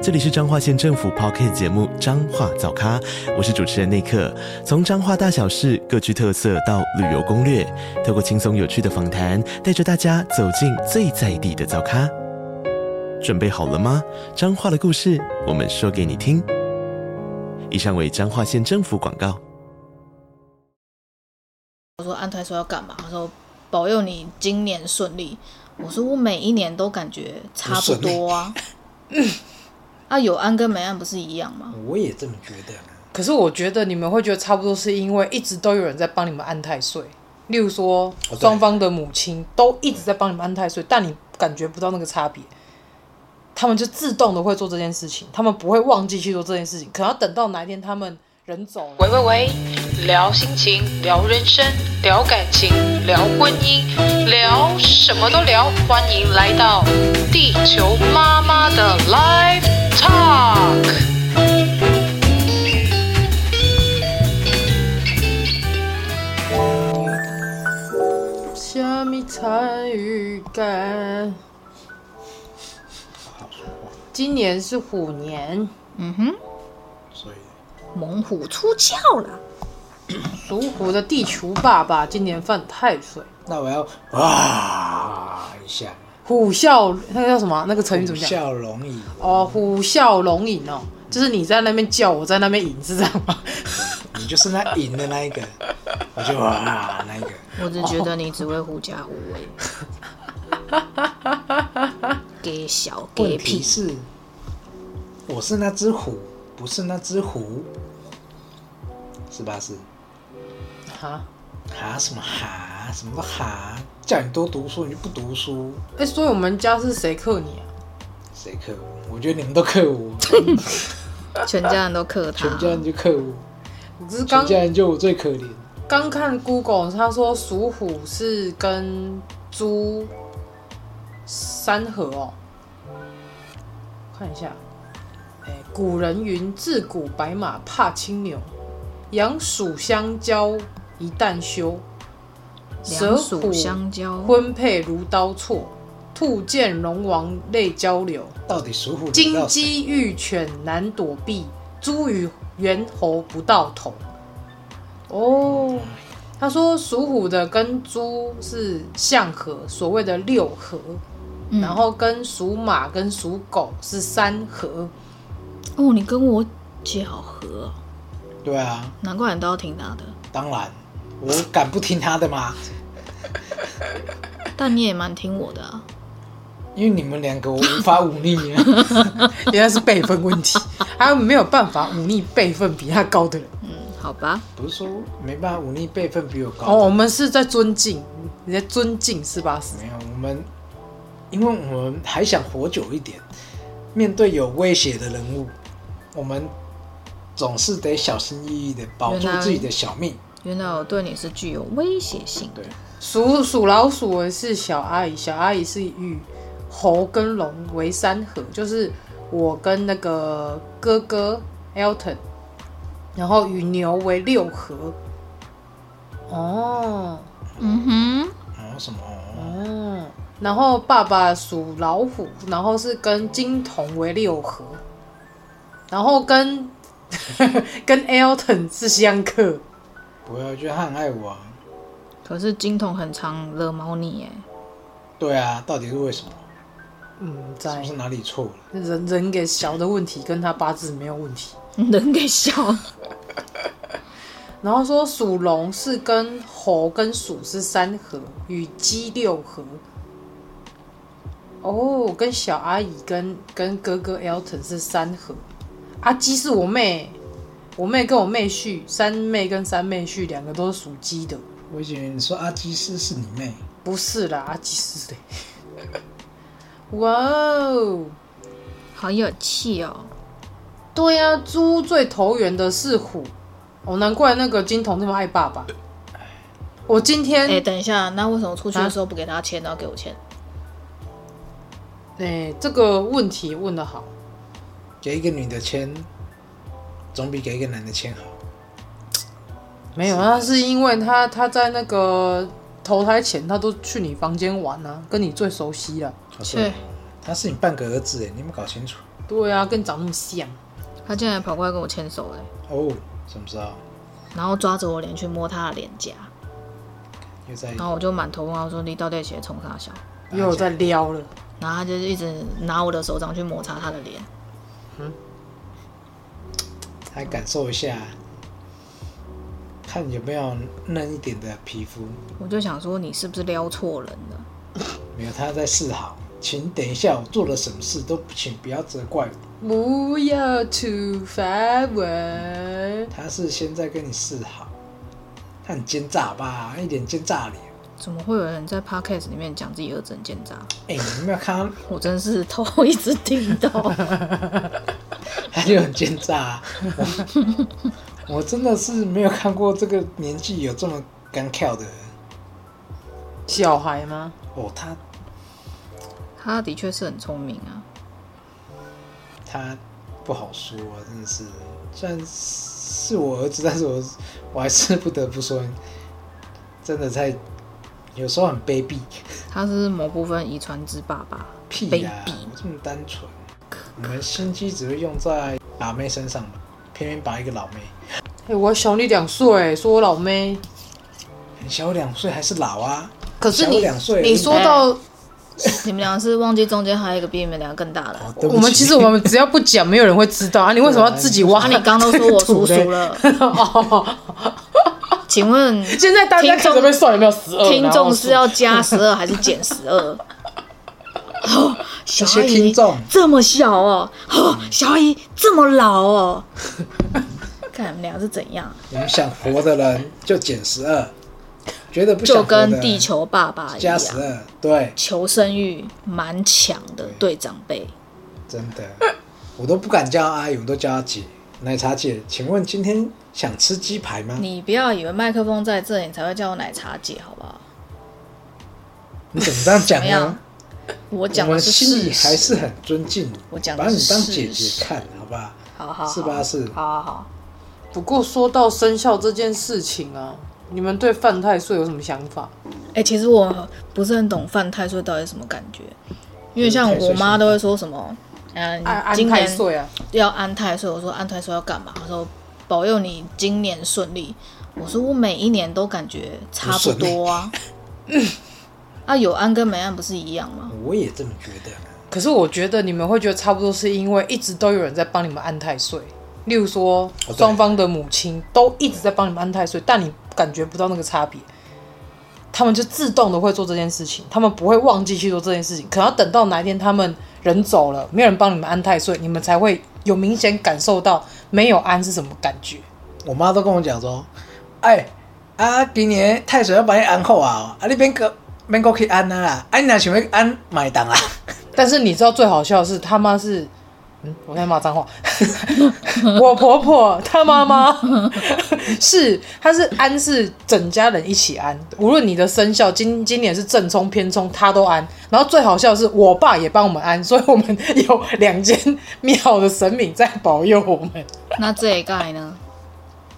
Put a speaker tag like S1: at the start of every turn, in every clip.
S1: 这里是彰化县政府 p o c k t 节目《彰化早咖》，我是主持人内克。从彰化大小事各具特色到旅游攻略，透过轻松有趣的访谈，带着大家走进最在地的早咖。准备好了吗？彰化的故事，我们说给你听。以上为彰化县政府广告。
S2: 我说安泰说要干嘛？他说保佑你今年顺利。我说我每一年都感觉差不多啊。
S3: 嗯
S2: 啊，有安跟没安不是一样吗？
S3: 我也这么觉得。
S4: 可是我觉得你们会觉得差不多，是因为一直都有人在帮你们安太岁，例如说
S3: 对
S4: 双方的母亲都一直在帮你们安太岁，但你感觉不到那个差别，他们就自动的会做这件事情，他们不会忘记去做这件事情，可能要等到哪一天他们人走了。喂喂喂，聊心情，聊人生，聊感情，聊婚姻，聊什么都聊，欢迎来到地球妈妈的 Live Talk。虾米参与感。今年是虎年，
S2: 嗯哼，
S3: 所以
S2: 猛虎出窍了。
S4: 属虎的地球爸爸今年犯太岁，
S3: 那我要啊一下，
S4: 虎啸那个叫什么？那个成语怎么讲？
S3: 笑容椅，
S4: 哦，虎啸龙吟哦，就是你在那边叫，我在那边吟，是这样 吗？
S3: 你就是那赢的那一个，我就啊 那一个，
S2: 我只觉得你只会狐假虎威，给小给
S3: 问题
S2: 屁，
S3: 是，我是那只虎，不是那只狐，是吧？是
S4: 啊，
S3: 哈什么哈什么都哈，叫你多读书你就不读书，
S4: 哎、所以我们家是谁克你啊？
S3: 谁克我？我觉得你们都克我，
S2: 全家人都克他
S3: 全。家人就克我，
S4: 你只是
S3: 全
S4: 刚
S3: 家人就我最可怜。
S4: 刚看 Google，他说属虎是跟猪三合哦。看一下，哎，古人云：“自古白马怕青牛，羊属相交一旦休。蛇
S2: 两
S4: 虎
S2: 鼠相交，
S4: 婚配如刀错，兔见龙王泪交流。
S3: 到底属虎惹
S4: 金
S3: 到谁？
S4: 鸡玉犬难躲避，猪与猿猴不到头。哦，他说属虎的跟猪是相合，所谓的六合，
S2: 嗯
S4: 然后跟属马跟属狗是三合。
S2: 哦，你跟我姐好合哦，
S3: 对啊，
S2: 难怪你都要听她的。
S3: 当然，我敢不听他的吗？
S2: 但你也蛮听我的啊，
S3: 因为你们两个我无法忤 逆啊，
S4: 原来是辈分问题， 还有没有办法忤逆辈分比他高的人。
S2: 嗯，好吧，
S3: 不是说没办法忤逆辈分比我高。
S4: 哦，我们是在尊敬，你在尊敬四八四。
S3: 没有，我们因为我们还想活久一点，面对有威胁的人物，我们总是得小心翼翼的保住
S2: 原来
S3: 自己的小命。
S2: 原来我对你是具有威胁性的
S3: 对。
S4: 属属老鼠的是小阿姨，小阿姨是与猴跟龙为三合，就是我跟那个哥哥 Elton，然后与牛为六合。哦
S2: 嗯哼，
S3: 哦，什么？
S4: 哦，然后爸爸属老虎，然后是跟金童为六合，然后跟 跟 Elton 是相克。
S3: 不要，我觉得他很爱我啊。
S2: 可是金童很常惹毛你耶，
S3: 对啊，到底是为什么？
S4: 嗯，
S3: 是
S4: 在
S3: 不是哪里错了？
S4: 人人给小的问题跟他八字没有问题。
S2: 人给笑。
S4: 然后说属龙是跟猴跟鼠是三合，与鸡六合。哦，跟小阿姨跟跟哥哥 Elton 是三合。阿鸡是我妹，我妹跟我妹婿，三妹跟三妹婿两个都是属鸡的。
S3: 我以为你说阿基斯是你妹，
S4: 不是啦，阿啊鸡是谁？ 哇哦！
S2: 好有气哦！
S4: 对呀、啊，猪最投缘的是虎，哦，难怪那个金童那么爱爸爸。我今天
S2: 哎、等一下，那为什么出去的时候不给他钱，然后给我钱？
S4: 哎、这个问题问的好，
S3: 给一个女的签，总比给一个男的签好。
S4: 没有，那是因为他他在那个投胎前，他都去你房间玩啊，跟你最熟悉了。
S3: 他
S2: 对
S3: 是，他是你半个儿子哎，你有没有搞清楚？
S4: 对啊，跟你长那么像，
S2: 他竟然跑过来跟我牵手嘞，
S3: 哦，怎么知道？
S2: 然后抓着我脸去摸他的脸颊，
S3: 又在
S2: 然后我就满头问号说：“你到底写冲啥笑
S4: 又有在撩了。？”
S2: 然后他就一直拿我的手掌去摩擦他的脸，
S3: 来感受一下，看有没有嫩一点的皮肤。
S2: 我就想说你是不是撩错人了？
S3: 没有，他在示好，请等一下，我做了什么事都请不要责怪我。
S4: 不要吐发文，
S3: 他是先在跟你示好，他很奸诈吧，一脸奸诈脸。
S2: 怎么会有人在 podcast 里面讲自己二诊见诈？
S3: 哎、你有没有看到
S2: 我真是头一直听到，
S3: 他就很奸诈、啊。我我真的是没有看过这个年纪有这么敢跳的人
S4: 小孩吗？
S3: 哦。他
S2: 他的确是很聪明啊。
S3: 他不好说、啊，真的是。虽然是我儿子，但是我我还是不得不说，真的在有时候很卑鄙。
S2: 他是某部分遗传之爸爸，
S3: 屁
S2: 卑
S3: 呀、
S2: 鄙
S3: 我这么单纯。我们心机只会用在把妹身上吧，偏偏把一个老妹，
S4: 哎、我小你两岁，说我老妹。
S3: 你小我两岁还是老啊？
S4: 可是
S3: 小我
S4: 你
S3: 两岁而已，
S4: 你说到
S2: 你们俩是忘记中间还有一个比你们俩更大的。
S3: 哦对不起
S4: 我们，其实我们只要不讲，没有人会知道啊。你为什么要自己挖
S2: 啊，你
S4: 你
S2: 刚都说我叔叔 了，
S4: 哦，
S2: 请问
S4: 现在大家
S2: 听众
S4: 看着被算有没有十二？
S2: 听
S4: 然后
S2: 众是要加十二还 是减十二？哦，小
S3: 些
S2: 阿
S3: 听
S2: 姨
S3: 众嗯
S2: 这么小哦，哦，小阿姨这么老哦， 看你们俩是怎样，
S3: 你们想活的人就减十二，觉得不想
S2: 就
S3: 活的人
S2: 跟地球爸爸一
S3: 加
S2: 样，
S3: 十二，对，
S2: 求生欲蛮强的，对长辈。
S3: 真的，我都不敢叫她阿姨，我都叫她姐，奶茶姐。请问今天想吃鸡排吗？
S2: 你不要以为麦克风在这里你才会叫我奶茶姐，好不好？
S3: 你怎么这样
S2: 怎
S3: 讲
S2: 么样
S3: 呢？？
S2: 我
S3: 我
S2: 讲的
S3: 们
S2: 是
S3: 心里
S2: 事
S3: 还
S2: 实，
S3: 是很尊敬你，
S2: 我讲的
S3: 把你
S2: 是
S3: 当
S2: 事
S3: 姐姐
S2: 实
S3: 看，好吧？
S2: 好好好
S3: 是吧是
S2: 好好好，
S4: 不过说到生肖这件事情啊，你们对犯太岁有什么想法？
S2: 哎、其实我不是很懂犯太岁到底是什么感觉，因为像
S3: 嗯太岁
S2: 我妈
S3: 星
S2: 都会说什么，嗯、
S4: 安
S2: 今
S4: 安太
S2: 年
S4: 岁啊，
S2: 要安太岁，我说安太岁要干嘛？她说保佑你今年顺利。我说我每一年都感觉差不多啊， 啊有安跟没安不是一样吗？
S3: 我也这么觉得。
S4: 可是我觉得你们会觉得差不多，是因为一直都有人在帮你们安太岁。例如说
S3: 对，
S4: 双方的母亲都一直在帮你们安太岁，但你感觉不到那个差别，他们就自动的会做这件事情，他们不会忘记去做这件事情。可能要等到哪一天他们人走了，没有人帮你们安太岁，你们才会有明显感受到没有安是什么感觉。
S3: 我妈都跟我讲说，哎，啊，今年太水要把你安好啊，啊，你免个免个去安啊啦，啊，你若想要安 买单啊，
S4: 但是你知道最好笑的是，他妈是，嗯，我在骂脏话。 我婆婆她妈妈是，她是安是整家人一起安，无论你的生肖，今今年是正冲偏冲，她都安。然后最好笑的是，我爸也帮我们安，所以我们有两间庙的神明在保佑我们
S2: 那这一盖呢？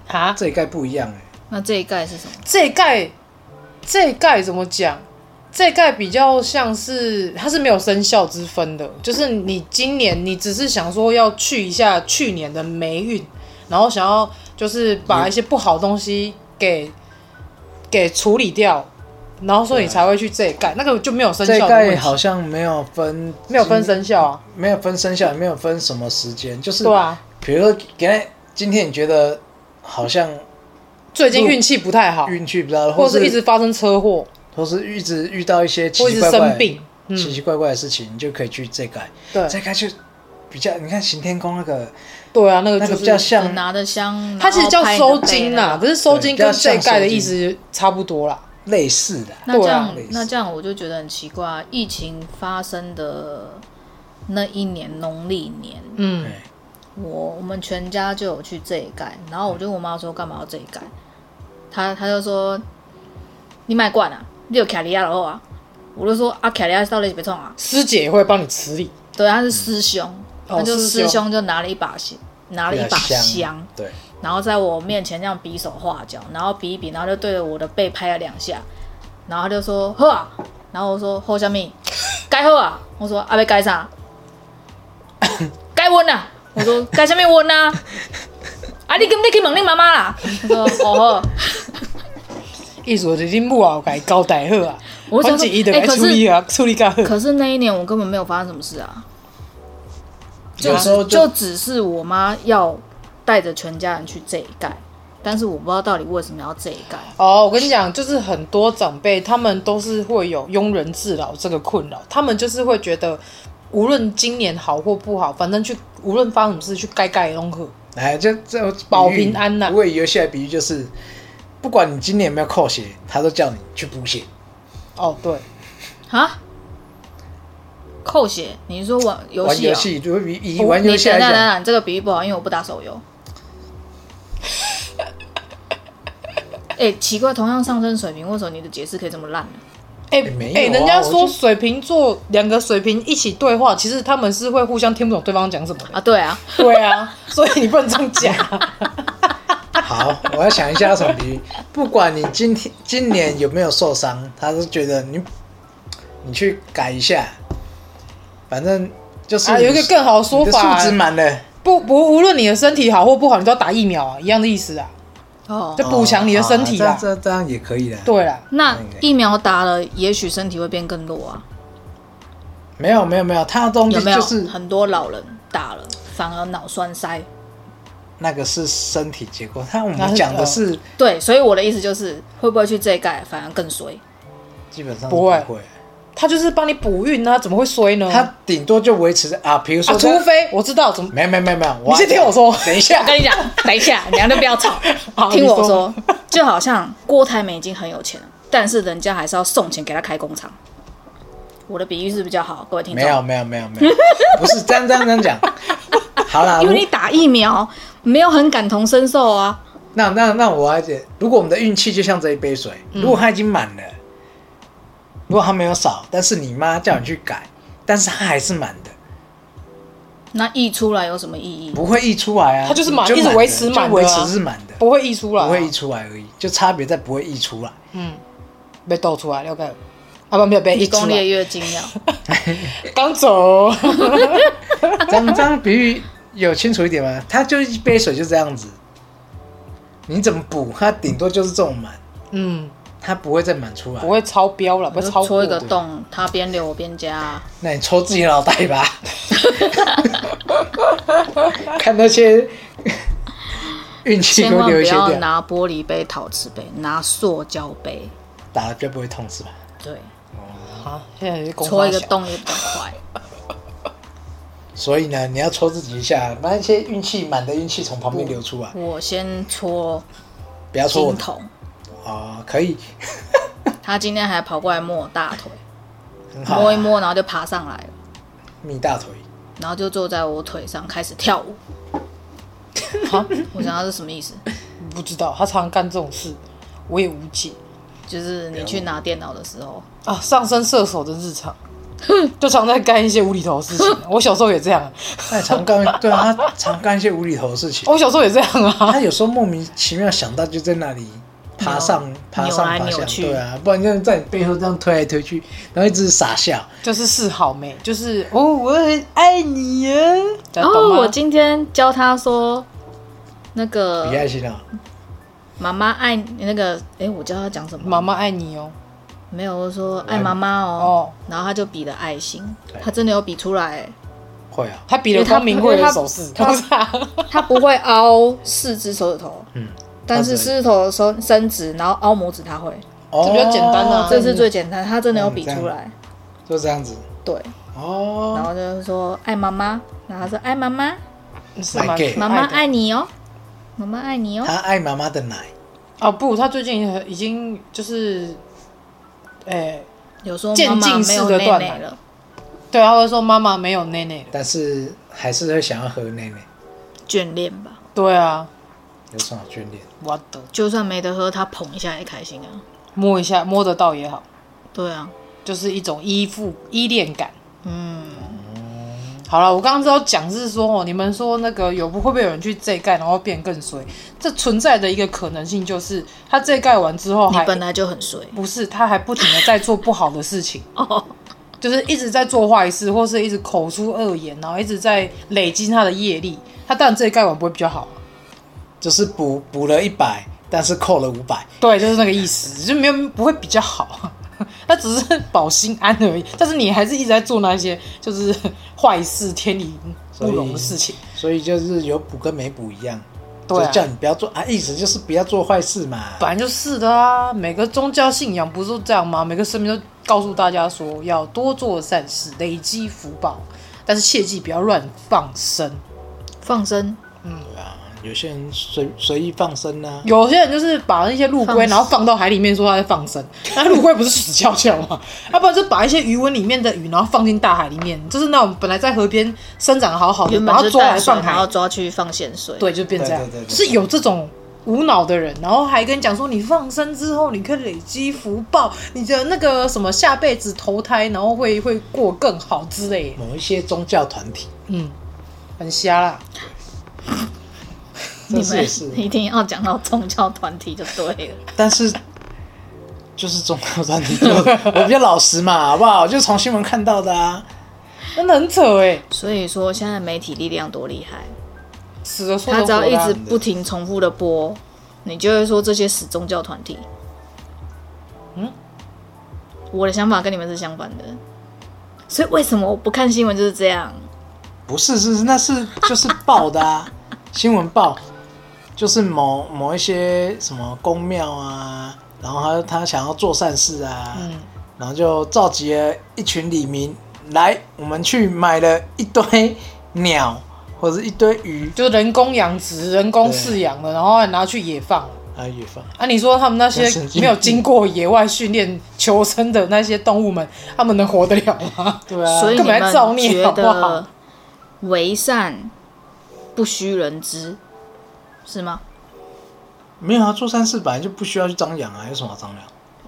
S4: 啊。
S3: 这一概不一样哎、
S2: 那这一盖是什么？
S4: 这一盖，这一盖怎么讲？这一盖比较像是它是没有生肖之分的，就是你今年你只是想说要去一下去年的霉运，然后想要就是把一些不好的东西给给处理掉，然后所以你才会去这一盖，那个就没有生
S3: 这一
S4: 肖的问
S3: 概
S4: 题，
S3: 好像没有分，
S4: 没有分，生肖啊，
S3: 没有分生肖，也没有分什么时间，就是
S4: 对啊，
S3: 比如说，今天今天你觉得好像
S4: 最近运气不太好，
S3: 运气比较，
S4: 或
S3: 或
S4: 者是一直发生车祸，
S3: 或是一直遇到一些奇
S4: 或者
S3: 奇
S4: 是
S3: 怪怪
S4: 生、病，嗯，
S3: 奇奇怪怪的事情，你就可以去这改，
S4: 对
S3: 这改就比较，你看行天宫那个，
S4: 对啊，那个
S3: 那
S4: 就
S3: 个
S4: 是
S3: 比较像，
S2: 拿着香，
S4: 它其实叫收金
S2: 呐
S3: 啊
S4: 啦，。可是收金跟这一盖的意思差不多啦。
S3: 类似的，
S2: 那这
S4: 对啊
S2: 样
S3: 类似，
S2: 那这样我就觉得很奇怪啊。疫情发生的那一年农历年，
S4: 嗯，
S3: 哎，
S2: 我我们全家就有去这一盖，然后我就跟我妈说干嘛要这一盖，她她就说你买管啊，你有卡利亚的后啊。我就说啊，卡利亚到底是被冲啊？
S4: 师姐也会帮你处理，
S2: 对，他是师兄，
S4: 哦
S2: 他就
S4: 师
S2: 师
S4: 兄啊
S2: 兄就拿了一把香，拿了一把香，
S3: 对，
S2: 然后在我面前这样比手画脚，然后比一比，然后就对着我的背拍了两下，然后他就说喝啊，然后我说喝什么？该喝啊！我说啊，要该啥？该温啊！我说该什么温啊？啊，你跟你去问你妈妈啦。我说哦好。
S4: 意思就是恁母啊，该交代好啊，
S2: 我想
S4: 反
S2: 说
S4: 正伊就
S2: 欸
S4: 该
S2: 可
S4: 处
S2: 是
S4: 理啊，处理较好。
S2: 可是那一年我根本没有发生什么事啊，就
S3: 有时候
S2: 就
S3: 就
S2: 只是我妈要带着全家人去这一盖，但是我不知道到底为什么要这一盖。
S4: 哦，我跟你讲，就是很多长辈他们都是会有庸人自扰这个困扰，他们就是会觉得，无论今年好或不好，反正去无论发生什么事去盖盖弄喝。
S3: 哎，就这
S4: 保
S3: 比喻
S4: 平安呐
S3: 我也有些比喻就是，不管你今年有没有扣血，他都叫你去补血。
S4: 哦，对，
S2: 啊？扣血？你是说玩游
S3: 玩
S2: 戏、哦？
S3: 游戏，如果以以
S2: 不
S3: 玩游戏来
S2: 你等一下等
S3: 讲，
S2: 一下，你这个比喻不好，因为我不打手游。 哎、奇怪，同样上升水平，为什么你的解释可以这么烂呢？
S4: 哎、
S3: 哎
S4: 哎、
S3: 没有啊
S4: 人家
S3: 我
S4: 说
S3: 就
S4: 水瓶座两个水瓶一起对话，其实他们是会互相听不懂对方讲什么的。
S2: 啊，对啊，
S4: 对 啊，所以你不能这样讲啊。
S3: 好，我要想一下要什么比喻。不管你今天今年有没有受伤，他都觉得你你去改一下，反正就是
S4: 啊
S3: 你
S4: 有一个更好的说
S3: 你的
S4: 法
S3: 数值满了，
S4: 不不，无论你的身体好或不好，你都要打疫苗啊，一样的意思啊。
S2: 哦
S4: 就，补强你的身体
S3: 哦
S4: 啦
S3: 好这这这样也可以的。
S4: 对啦，
S2: 那疫苗打了，也许身体会变更弱啊。
S3: 没有没有没有，他的东
S2: 有
S3: 西
S2: 没有、
S3: 就是
S2: 很多老人打了反而脑栓塞？
S3: 那个是身体结构，他我
S4: 那
S3: 们
S4: 啊是呃
S3: 讲的是
S2: 对，所以我的意思就是，会不会去这一盖反而更衰？
S3: 基本上
S4: 呃不会
S3: 不会，
S4: 他就是帮你补运啊，怎么会衰呢？
S3: 他顶多就维持啊，比如说
S4: 啊，
S3: 他，
S4: 除非我知道怎么。
S3: 没有没有没有没有，
S4: 你先听我说
S3: 等一下
S2: 我，跟你讲，等一下，你们都不要吵
S4: 好，
S2: 听我
S4: 你
S2: 说
S4: 说，
S2: 就好像郭台铭已经很有钱了，但是人家还是要送钱给他开工厂。我的比喻是不是比较好，各位听众？
S3: 没有没有没有没有，不是这样这样这样 讲。好啦，
S2: 因为
S3: 如
S2: 你打疫苗没有很感同身受啊。
S3: 那那那我还解，如果我们的运气就像这一杯水，
S4: 嗯
S3: 如果它已经满了，如果它没有少，但是你妈叫你去改，但是它还是满的，
S2: 那溢出来有什么意义？
S3: 不会溢出来啊，
S4: 它就是满
S3: 你
S4: 一直
S3: 的
S4: 维持满的啊
S3: 就维持是满的，
S4: 不会溢出来、啊，
S3: 不会溢出来而已，就差别在不会溢出来。
S4: 嗯，被抖出来了解？啊不，没有被
S2: 一
S4: 溢出
S2: 公列
S4: 来，
S2: 月经药，
S4: 刚走。
S3: 这样这样比喻有清楚一点吗？它就一杯水就这样子，你怎么补，它顶多就是这种满，
S4: 嗯，
S3: 它不会再满出来
S4: 不。会超标了， 不
S2: 我
S4: 会
S2: 就
S4: 超
S2: 戳
S4: 过
S2: 一个
S4: 的。
S2: 洞，他边流我边加 啊。
S3: 那你抽自己的脑袋 吧，看那些运气
S2: 千
S3: 给我
S2: 万
S3: 留
S2: 不
S3: 一些
S2: 要
S3: 点，
S2: 拿玻璃杯、陶瓷杯，拿塑胶杯。
S3: 打了就不会痛是吧？
S2: 对，
S4: 啊，现在是公
S2: 戳一
S4: 发
S2: 个
S4: 小，
S2: 洞也比较快。
S3: 所以呢，你要抽自己一下，把那些运气满的运气从旁边流出来，
S2: 我先戳
S3: 不要说我
S2: 金
S3: 的
S2: 童，
S3: 哦，可以，
S2: 他今天还跑过来摸我大腿，
S3: 很好啊
S2: 摸一，摸，然后就爬上来了，
S3: 蜜大腿，
S2: 然后就坐在我腿上开始跳 舞。
S4: 哈
S2: 我想他是什么意思？
S4: 不知道他常常干这种事，我也无解
S2: 就是你去拿电脑的时候，
S4: 啊。上升射手的日常，就常在干一些无厘头的事情。我小时候也这样，
S3: 那你常干， 对啊，他常干一些无厘头的事情，
S4: 我小时候也这样啊。
S3: 他有时候莫名其妙想到就在那里爬上爬上
S2: 扭来
S3: 爬
S2: 扭
S3: 下，
S2: 去
S3: 对啊，不然就在你背后这样推来推去，然后一直傻笑，
S4: 就是示好妹，就是哦，我很爱你呀、啊。懂吗
S2: 哦我今天教他说，那
S3: 比
S2: 个
S3: 爱心啊，
S2: 妈妈爱你那个，哎，我教他讲什么？
S4: 妈妈爱你哦。
S2: 没有，我说爱妈妈哦
S4: 哦，
S2: 然后他就比了爱心，他真的有比出来，
S3: 会啊，
S4: 他比了光明会的手势，
S2: 因为他
S4: 不是啊？
S2: 他不会凹四只手指头，
S3: 嗯，
S2: 但是
S3: 他
S2: 狮子头的时候伸直，然后凹拇指，他会，
S3: 这
S4: 比较简单啊
S2: 哦这是最简单，他真的有比
S3: 嗯这样
S2: 出来，
S3: 就这样子
S2: 对，然
S3: 哦，
S2: 后就是说爱妈妈，然后他说爱妈妈，
S4: 是蛮可爱的
S2: 妈妈爱你哦，妈妈爱你哦，
S3: 他爱妈妈的奶，
S4: 哦，不，他最近已经就是，诶、
S2: 有时候妈妈
S4: 渐进
S2: 没有
S4: 式的
S2: 内
S4: 断
S2: 内
S4: 奶
S2: 了，
S4: 对，他会说妈妈没有内内了。
S3: 但是还是会想要和奶奶，
S2: 眷恋吧，
S4: 对啊，
S3: 有什么好眷恋？
S4: 我的
S2: 就算没得喝，他捧一下也开心啊，
S4: 摸一下摸得到也好，
S2: 对啊，
S4: 就是一种依附依恋感。嗯，好了，我刚刚知道讲是说哦，你们说那个有不会不会有人去这盖，然后变更衰？这存在的一个可能性就是，他这盖完之后
S2: 你
S4: 哦还
S2: 本来就很衰
S4: 不是，他还不停的在做不好的事情，
S2: 哦，
S4: 就是一直在做坏事，或是一直口出恶言，然后一直在累积他的业力。他当然这盖完不会比较好，
S3: 就是补补了一百，但是扣了五百，
S4: 对，就是那个意思，就没有不会比较好， 他只是保心安而已。但是你还是一直在做那些就是坏事、天理不容的事情，
S3: 所以就是有补跟没补一样。
S4: 对啊
S3: 就叫你不要做啊，意思就是不要做坏事嘛。
S4: 本来就是的啊。每个宗教信仰不是都这样吗？每个神明都告诉大家说要多做善事，累积福报，但是切记不要乱放生。
S2: 放生
S3: 对啊，有些人随随意放生啊，
S4: 有些人就是把那些陆
S2: 放
S4: 龟，
S2: 生
S4: 然后放到海里面说他在放生，那陆龟不是死翘翘吗？ 要不然就把一些鱼温里面的鱼，然后放进大海里面，就是那种本来在河边生长得好好的，
S2: 原
S4: 哦把
S2: 本
S4: 它
S2: 就是
S4: 抓来
S2: 淡水，
S4: 放
S2: 然后
S4: 海，
S2: 抓去放咸水，，
S4: 对，就变这样
S3: 对对对。对
S4: 就是有这种无脑的人，然后还跟你讲说，你放生之后，你可以累积福报，你的那个什么下辈子投胎，然后会会过更好之类的，
S3: 某一些宗教团体，
S4: 嗯，很瞎啦。
S2: 你
S3: 这是也是
S2: 们，一定要讲到宗教团体就对了。
S3: 但是就是 宗教团体，我我比较老实嘛，好不好？就从新闻看到的啊。
S4: 真的很扯哎、
S2: 所以说，现在媒体力量多厉害，
S4: 死的说
S2: 他
S4: 的
S2: 只要一直不停重复的播，你就会说这些死宗教团体。
S4: 嗯，
S2: 我的想法跟你们是相反的，所以为什么我不看新闻就是这样？
S3: 不是，是是那是就是报的啊，新闻报，就是某某一些什么公庙啊，然后他他想要做善事啊，
S4: 嗯
S3: 然后就召集了一群李民来，我们去买了一堆鸟或者一堆鱼
S4: 就人工养殖、人工饲养的，然后还拿去野放。
S3: 啊，也放
S4: 啊，你说他们那些
S3: 神经病
S4: 没有经过野外训练求生的那些动物们，他们能活得了吗？
S3: 对啊，
S2: 所以你
S4: 根本
S2: 们
S4: 在造孽
S2: 觉
S4: 好不好
S2: 得为善不须人知，是吗？
S3: 没有啊，做善事本来就不需要去张扬啊，有什么好张扬？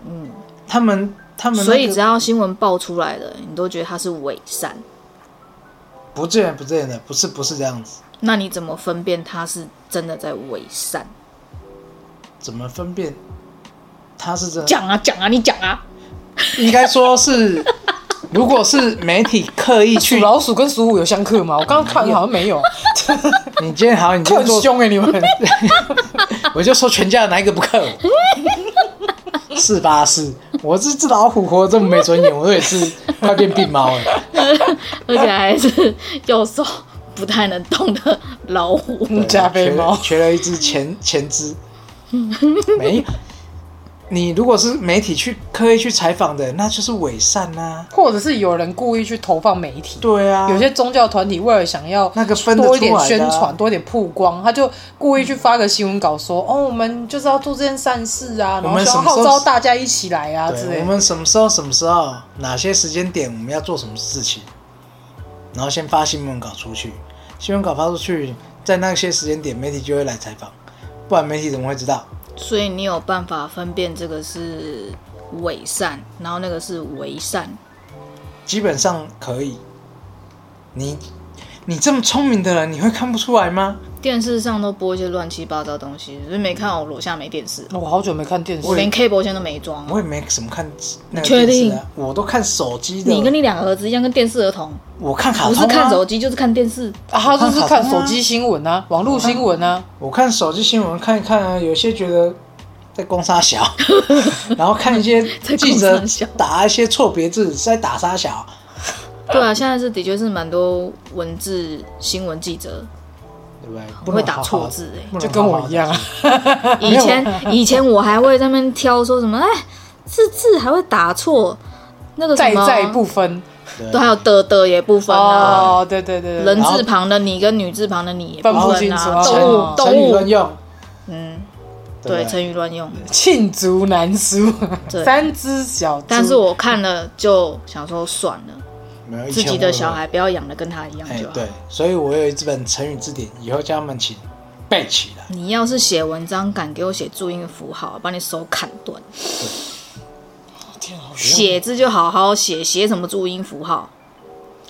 S3: 嗯，他们他们、那个、
S2: 所以只要新闻爆出来的，你都觉得它是伪善，
S3: 不这样不这样的，不是不是这样子，
S2: 那你怎么分辨它是真的在伪善？
S3: 怎么分辨他是真的？
S2: 讲啊讲啊，你讲啊！
S3: 应该说是， 如果是媒体刻意
S4: 属
S3: 去，
S4: 老鼠跟属虎有相克吗？我刚刚看好像没有，
S3: 你今天好，你今
S4: 克
S3: 天做，
S4: 很凶哎、你们
S3: 啊 我就说全家哪一个不克我？ 是吧？是，我这只老虎活得这么没尊严，我也是快变病猫了。
S2: 而且还是右手不太能动的老虎。
S3: 对
S4: 加菲猫
S3: 缺了缺了一只前前肢，没有。你如果是媒体去刻意去采访的，那就是伪善呐、
S4: 或者是有人故意去投放媒体。
S3: 对啊，
S4: 有些宗教团体为了想要
S3: 那个分得
S4: 多一点
S3: 出来的啊
S4: 宣传、多一点曝光，他就故意去发个新闻稿说：“哦，我们就是要做这件善事啊，然
S3: 我
S4: 后
S3: 们
S4: 想要
S3: 什么时
S4: 号
S3: 候
S4: 召大家一起来啊之
S3: 对，我
S4: 类的。”
S3: 们什么时候、什么时候、哪些时间点我们要做什么事情，然后先发新闻稿出去，新闻稿发出去，在那些时间点媒体就会来采访，不然媒体怎么会知道？
S2: 所以你有办法分辨这个是伪善，然后那个是伪善。
S3: 基本上可以，你你这么聪明的人，你会看不出来吗？
S2: 电视上都播一些乱七八糟东西，只是没看我楼下没电视，
S4: 我好久没看电视
S2: 我，连 cable 线都没装。
S3: 我也没什么看那个
S2: 确
S3: 电
S2: 定
S3: 视啊，我都看手机的。
S2: 你跟你两个儿子一样，跟电视儿童，
S3: 我看卡
S2: 不
S3: 通、啊，
S2: 是看手机就是看电视。
S4: 啊，他就是
S3: 我看卡
S4: 看
S3: 通啊
S4: 手机新闻啊，网络新闻啊，
S3: 我看手机新闻看一看啊，有些觉得在攻 杀小，然后看一些
S2: 在
S3: 记
S2: 攻
S3: 者
S2: 杀小
S3: 打一些错别字是在打杀小，
S2: 对啊，现在是的确是蛮多文字新闻记者
S3: 对不对？不
S2: 会
S3: 能
S2: 打
S3: 好好
S2: 错，字哎、
S3: 不能
S4: 就跟
S3: 好
S4: 我
S3: 好
S4: 一样啊。
S2: 以前以前我还会在那边挑说什么，哎，这字还会打错，那个
S4: 在
S2: 什么，
S4: 在不分
S2: 对，还有的的也不分啊，
S4: 哦，对对对，对
S2: 人字旁的你跟女字旁的你也
S4: 分不
S2: 分
S4: 清楚
S2: 啊，
S4: 啊
S2: 动物
S3: 成语
S2: 动
S3: 乱
S2: 物，
S3: 用，
S2: 嗯，
S3: 对
S2: 对，
S3: 不
S2: 成语乱用。
S4: 罄竹难书，
S2: 对
S4: 三只小猪。
S2: 但是我看了就想说算了，
S3: 没有以
S2: 自
S3: 前
S2: 己的
S3: 我
S2: 小孩不要养的跟他一样
S3: 哎
S2: 就好。
S3: 对，所以我有一本成语字典，以后叫他们请背起来。
S2: 你要是写文章，敢给我写注音符号，把你手砍断。
S4: 天啊，好凶
S2: 写字就好好写，写什么注音符号？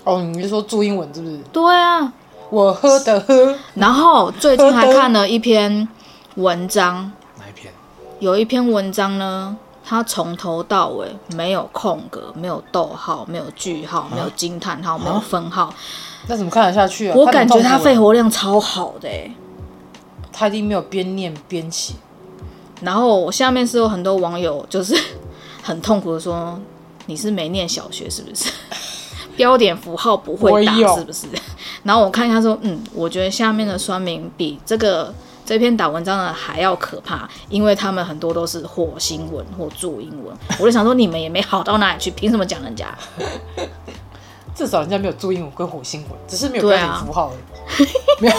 S4: 哦！你是说注英文是不是？
S2: 对啊，
S4: 我喝的喝，
S2: 然后最近 还看了一篇文章，
S3: 哪一篇？
S2: 有一篇文章呢，它从头到尾没有空格，没有逗号，没有句
S4: 啊
S2: 号，没有惊叹号，没有分号，
S4: 那怎么看得下去啊？
S2: 我
S4: 看得
S2: 感觉
S4: 痛苦
S2: 它
S4: 欸
S2: 肺活量超好的、欸。
S4: 他一定没有边念边写，
S2: 然后我下面是有很多网友就是 很痛苦的说：“你是没念小学是不 是？标点符号不会打
S4: 我有
S2: 是不是？”然后我看一下说：“嗯，我觉得下面的酸民比这个这篇打文章的还要可怕，因为他们很多都是火星文或注英文。”我就想说你们也没好到哪里去，凭什么讲人家？
S4: 至少人家没有注英文跟火星文，只是没有标
S2: 对啊
S4: 点符号而 已。
S3: 没有，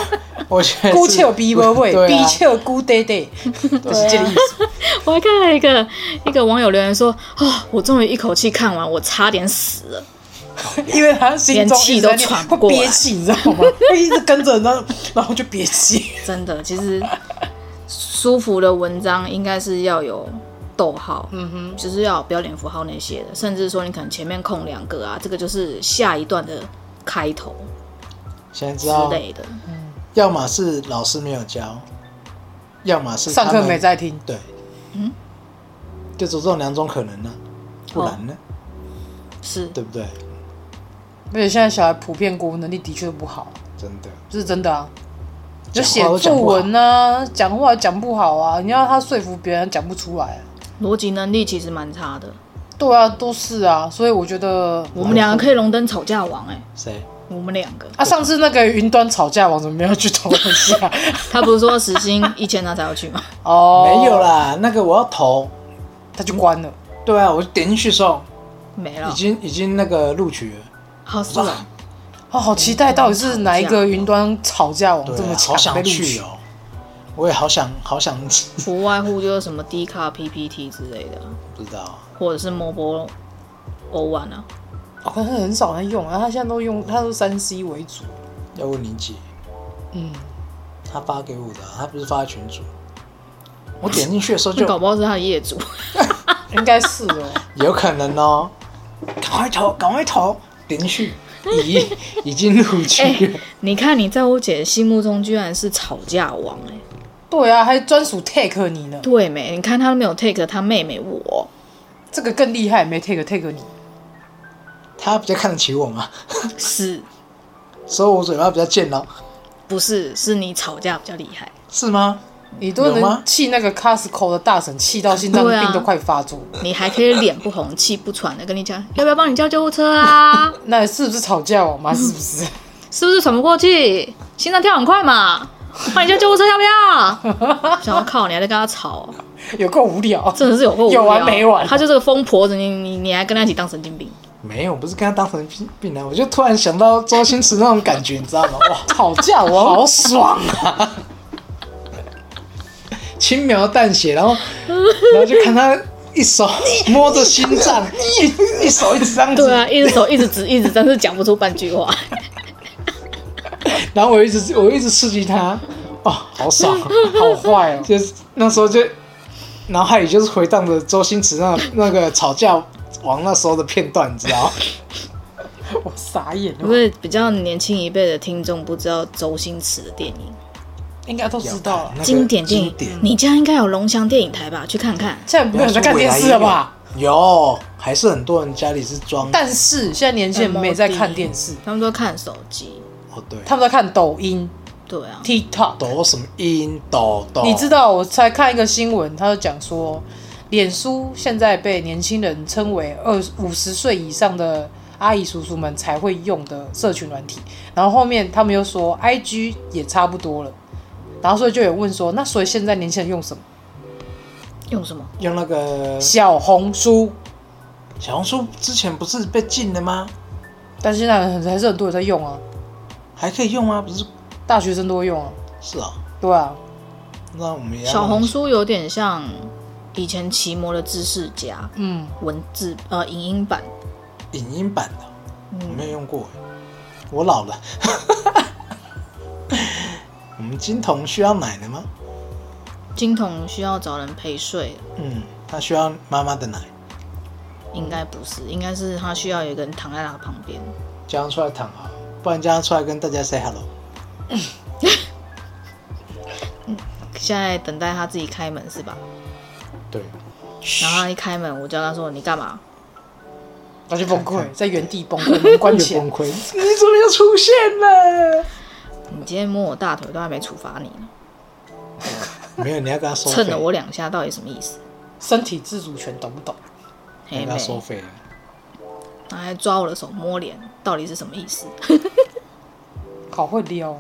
S3: 我觉得是
S4: 姑且逼不会，
S3: 对
S4: 逼
S3: 啊
S4: 切姑爹爹，就是这个
S2: 啊
S4: 意思。
S2: 我还看了一个一个网友留言说：“哦，我终于一口气看完，我差点死了。”
S4: 因为他心中一直在
S2: 连气都
S4: 念
S2: 喘不
S4: 会
S2: 过来
S4: 憋气，你知道吗？ 会一直跟着，然后然后就 憋气。
S2: 真的，其实舒服的文章应该是要有逗号，嗯哼，就是要有标点符号那些的，甚至说你可能前面空两个啊，这个就是下一段的开头
S3: 现在知
S2: 之
S3: 道，
S2: 类的。
S3: 要么是老师没有教，要么是
S4: 上
S3: 他
S4: 课
S3: 们
S4: 没在听，
S3: 对，嗯，就只有这种两种可能呢、
S4: 哦
S3: 不然呢，
S2: 是，
S3: 对不对？
S4: 而且现在小孩普遍国文能力的确不好，
S3: 真的，
S4: 这是真的啊。就
S3: 讲话都
S4: 写
S3: 讲不
S4: 作
S3: 好
S4: 文啊，讲话讲不好啊，你要他说服别人讲不出来啊、
S2: 逻辑能力其实蛮差的。
S4: 对啊，都是啊，所以我觉得
S2: 我们两个可以荣登吵架王哎、
S3: 谁？
S2: 我们两个。
S4: 啊，上次那个云端吵架王怎么没有去投一 下？
S2: 他不是说时薪一千他才要去吗？
S4: 哦，
S3: 没有，啦，那个我要投，
S4: 他就关了。
S3: 对啊，我就点进去送，
S2: 没
S3: 已
S2: 了，
S3: 经已经那个录取了，
S2: 好是啊，
S4: 哦，
S3: 嗯
S4: 好期待，到底是哪一个云端吵架王
S3: 对、
S4: 这么
S3: 啊，好
S4: 强被
S3: 想
S4: 录
S3: 去
S4: 取？
S3: 哦，我也好想好想，
S2: 不外乎就是什么 D 卡 PPT 之类的，
S3: 不知道，
S2: 或者是 Mobile O One 啊，
S4: 哦可是很少人用啊，他现在都用，他都三 C 为主。
S3: 要问林姐，
S4: 嗯，
S3: 她发给我的啊，她不是发在群组，我点进去的时候
S2: 那
S3: 就
S2: 搞不好是他的业主。
S4: 应该是哦。
S3: 有可能哦，赶快投，赶快投，点进去，已 已经录
S2: 哎、
S3: 取了，
S2: 你看你在我姐的心目中居然是吵架王哎、
S4: 对啊，还专属 take 你呢，
S2: 对没？你看她都没有 take 她妹妹我，
S4: 这个更厉害，没 take take 你。
S3: 他比较看得起我嘛，
S2: 是
S3: 所以我嘴巴比较贱咯，
S2: 不是？是你吵架比较厉害，
S3: 是吗？
S4: 你都
S3: 有吗
S4: 能气那个 Costco 的大神，气到心脏
S2: 对啊
S4: 病都快发作，
S2: 你还可以脸不红气不喘的跟你讲，要不要帮你叫救护车 啊？
S4: 那是不是吵架王
S2: 嗯
S4: 嘛？是不是？
S2: 是不是喘不过气？心脏跳很快嘛？帮你叫救护车要不 要？想要靠，你还在跟她吵，哦
S4: 有够无聊，
S2: 真的是有够无聊
S4: 有完没完
S2: 她就是个疯婆子，你你你还跟她一起当神经病？
S3: 没有，我不是跟他当成病病人，我就突然想到周星驰那种感觉，你知道吗？哇，
S4: 吵架王
S3: 好爽啊！轻描淡写，然后然后就看他一手 摸着心脏，一一手一直这样子
S2: 对， 啊，一只手一直指一直，但是讲不出半句话。
S3: 然后我一直我一直刺激他，哦，好爽！
S4: 好坏哦。
S3: 就是那时候就脑海里就是回荡着周星驰那那个吵架王那时候的片段，你知道吗？
S4: 我傻眼
S2: 因
S4: 了，
S2: 为比较年轻一辈的听众不知道周星驰的电影，
S4: 应该都知道了
S3: 啊那。个
S2: 经典电影
S3: 经典，
S2: 你家应该有龙翔电影台吧？去看看。
S4: 现在没有人在看电视了吧？？
S3: 有，还是很多人家里是装
S4: 但是现在年轻人没在看电视，
S2: 他们都看手机。
S3: 哦，对，
S4: 他们在看抖音、
S2: 对啊，
S4: TikTok。
S3: 抖什么音抖抖，
S4: 你知道，我才看一个新闻，他就讲说，脸书现在被年轻人称为二五十岁以上的阿姨叔叔们才会用的社群软体。然后后面他们又说，IG 也差不多了。然后所以就有问说，那所以现在年轻人用什么？
S2: 用什么？
S3: 用那个
S4: 小红书。
S3: 小红书之前不是被禁了吗？
S4: 但是现在很还是很多人在用啊，
S3: 还可以用啊吗？不是
S4: 大学生都会用啊。
S3: 是啊，
S4: 对啊，
S3: 那我们也要
S2: 小红书有点像以前奇摩的知识家
S4: 嗯，
S2: 文字呃影音版，
S3: 影音版的，
S4: 嗯
S3: 我没有用过，我老了。 我们金童需要奶的吗？
S2: 金童需要找人陪睡，
S3: 嗯，他需要妈妈的奶。
S2: 应该不是，应该是他需要有一个人躺在他旁边。
S3: 叫他出来躺好，不然叫他出来跟大家 say hello。
S2: 现在等待他自己开门是吧？
S3: 对，
S2: 然后他一开门，我就跟他说：“你干嘛
S4: 他就崩溃，在原地崩溃，门关起
S3: 越
S4: 来。
S3: 崩溃，你怎么又出现了？？
S2: 你今天摸我大腿都还没处罚你呢，
S3: 没有，你要跟他收费，
S2: 蹭了我两下到底什么意思？
S4: 身体自主权懂不懂？
S3: 你
S2: 嘿
S3: 要
S2: 妹
S3: 跟他，收费啊。
S2: 他还抓我的手摸脸，到底是什么意思？
S4: 好会撩、哦，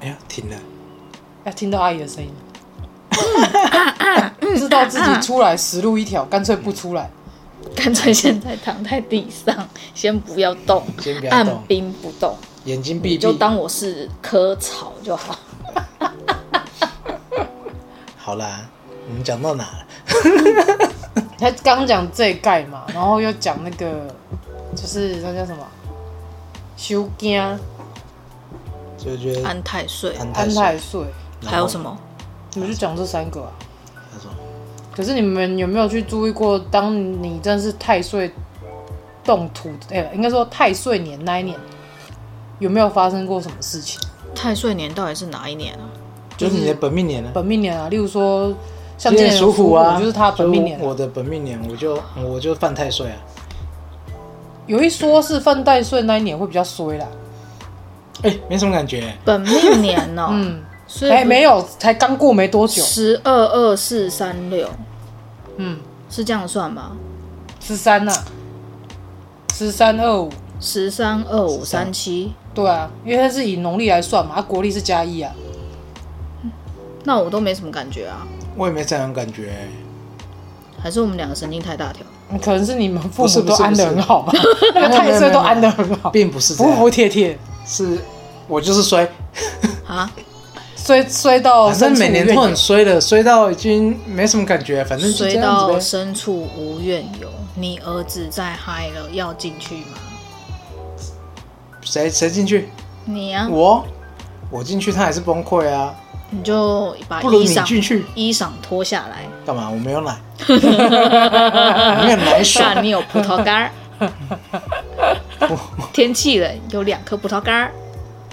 S3: 哎呀，停了，
S4: 要听到阿姨的声音，知道自己出来死路一条，干脆不出来。
S2: 干脆现在躺在地上，先不要动，
S3: 先不要动
S2: 按兵不动，
S3: 眼睛闭
S2: 你就
S3: 闭。
S2: 当我是棵草就好。
S3: 好啦，我们讲到哪了？
S4: 他刚讲这一盖嘛，然后又讲那个，就是那叫什么，修惊
S3: 就觉得
S2: 安太岁，
S3: 安
S4: 安
S3: 泰
S4: 太岁，
S2: 还有什么？
S4: 你们就讲这三个啊。
S3: 他说
S4: 可是你们有没有去注意过，当你真是太岁动土，哎、应该说太岁年那一年，有没有发生过什么事情？
S2: 太岁年到底是哪一年啊？
S3: 就是你的本命年呢？
S4: 本命年啊，例如说像
S3: 今
S4: 今
S3: 年
S4: 年
S3: 属虎啊，
S4: 就是他本命年啊、
S3: 所以我我的本命年，我就我就犯太岁啊。
S4: 有一说是犯太岁那一年会比较衰啦，
S3: 哎，没什么感觉，
S2: 本命年哦，
S4: 嗯，
S2: 所以
S4: 哎、没有，才刚过没多久，
S2: 十二二四三六
S4: 嗯，
S2: 是这样算吗？
S4: 十三
S3: 啊
S4: 呐，十三二五，
S2: 十三二五三七，
S4: 对啊，因为它是以农历来算嘛，啊，国历是加一啊，
S2: 那我都没什么感觉啊，
S3: 我也没这样感觉。
S2: 还是我们两个神经太大条？
S4: 可能是你们父
S3: 不是
S4: 母
S3: 不
S4: 都
S3: 是
S4: 安得
S3: 不是
S4: 很 好吧，那个太岁都安得很好，
S3: 哦并不是这
S4: 服服
S3: 样，
S4: 帖帖，
S3: 是我就是衰，
S2: 啊，
S4: 衰衰到
S3: 反正
S4: 深处
S3: 每年
S4: 无怨
S3: 都
S4: 言
S3: 很衰的，衰到已经没什么感觉，反正就
S2: 随
S3: 这样子
S2: 到
S3: 呗。
S2: 深处无怨尤，你儿子在嗨了，要进去吗？
S3: 谁谁进去？
S2: 你呀、
S3: 我我进去，他还是崩溃啊！
S2: 你就把
S3: 不如
S2: 衣
S3: 你进
S2: 裳
S3: 去
S2: 衣裳脱下来，
S3: 干嘛？我没有 奶，我没有奶
S2: 不
S3: 水，
S2: 然你有葡萄干儿。天气了，有两颗葡萄干儿。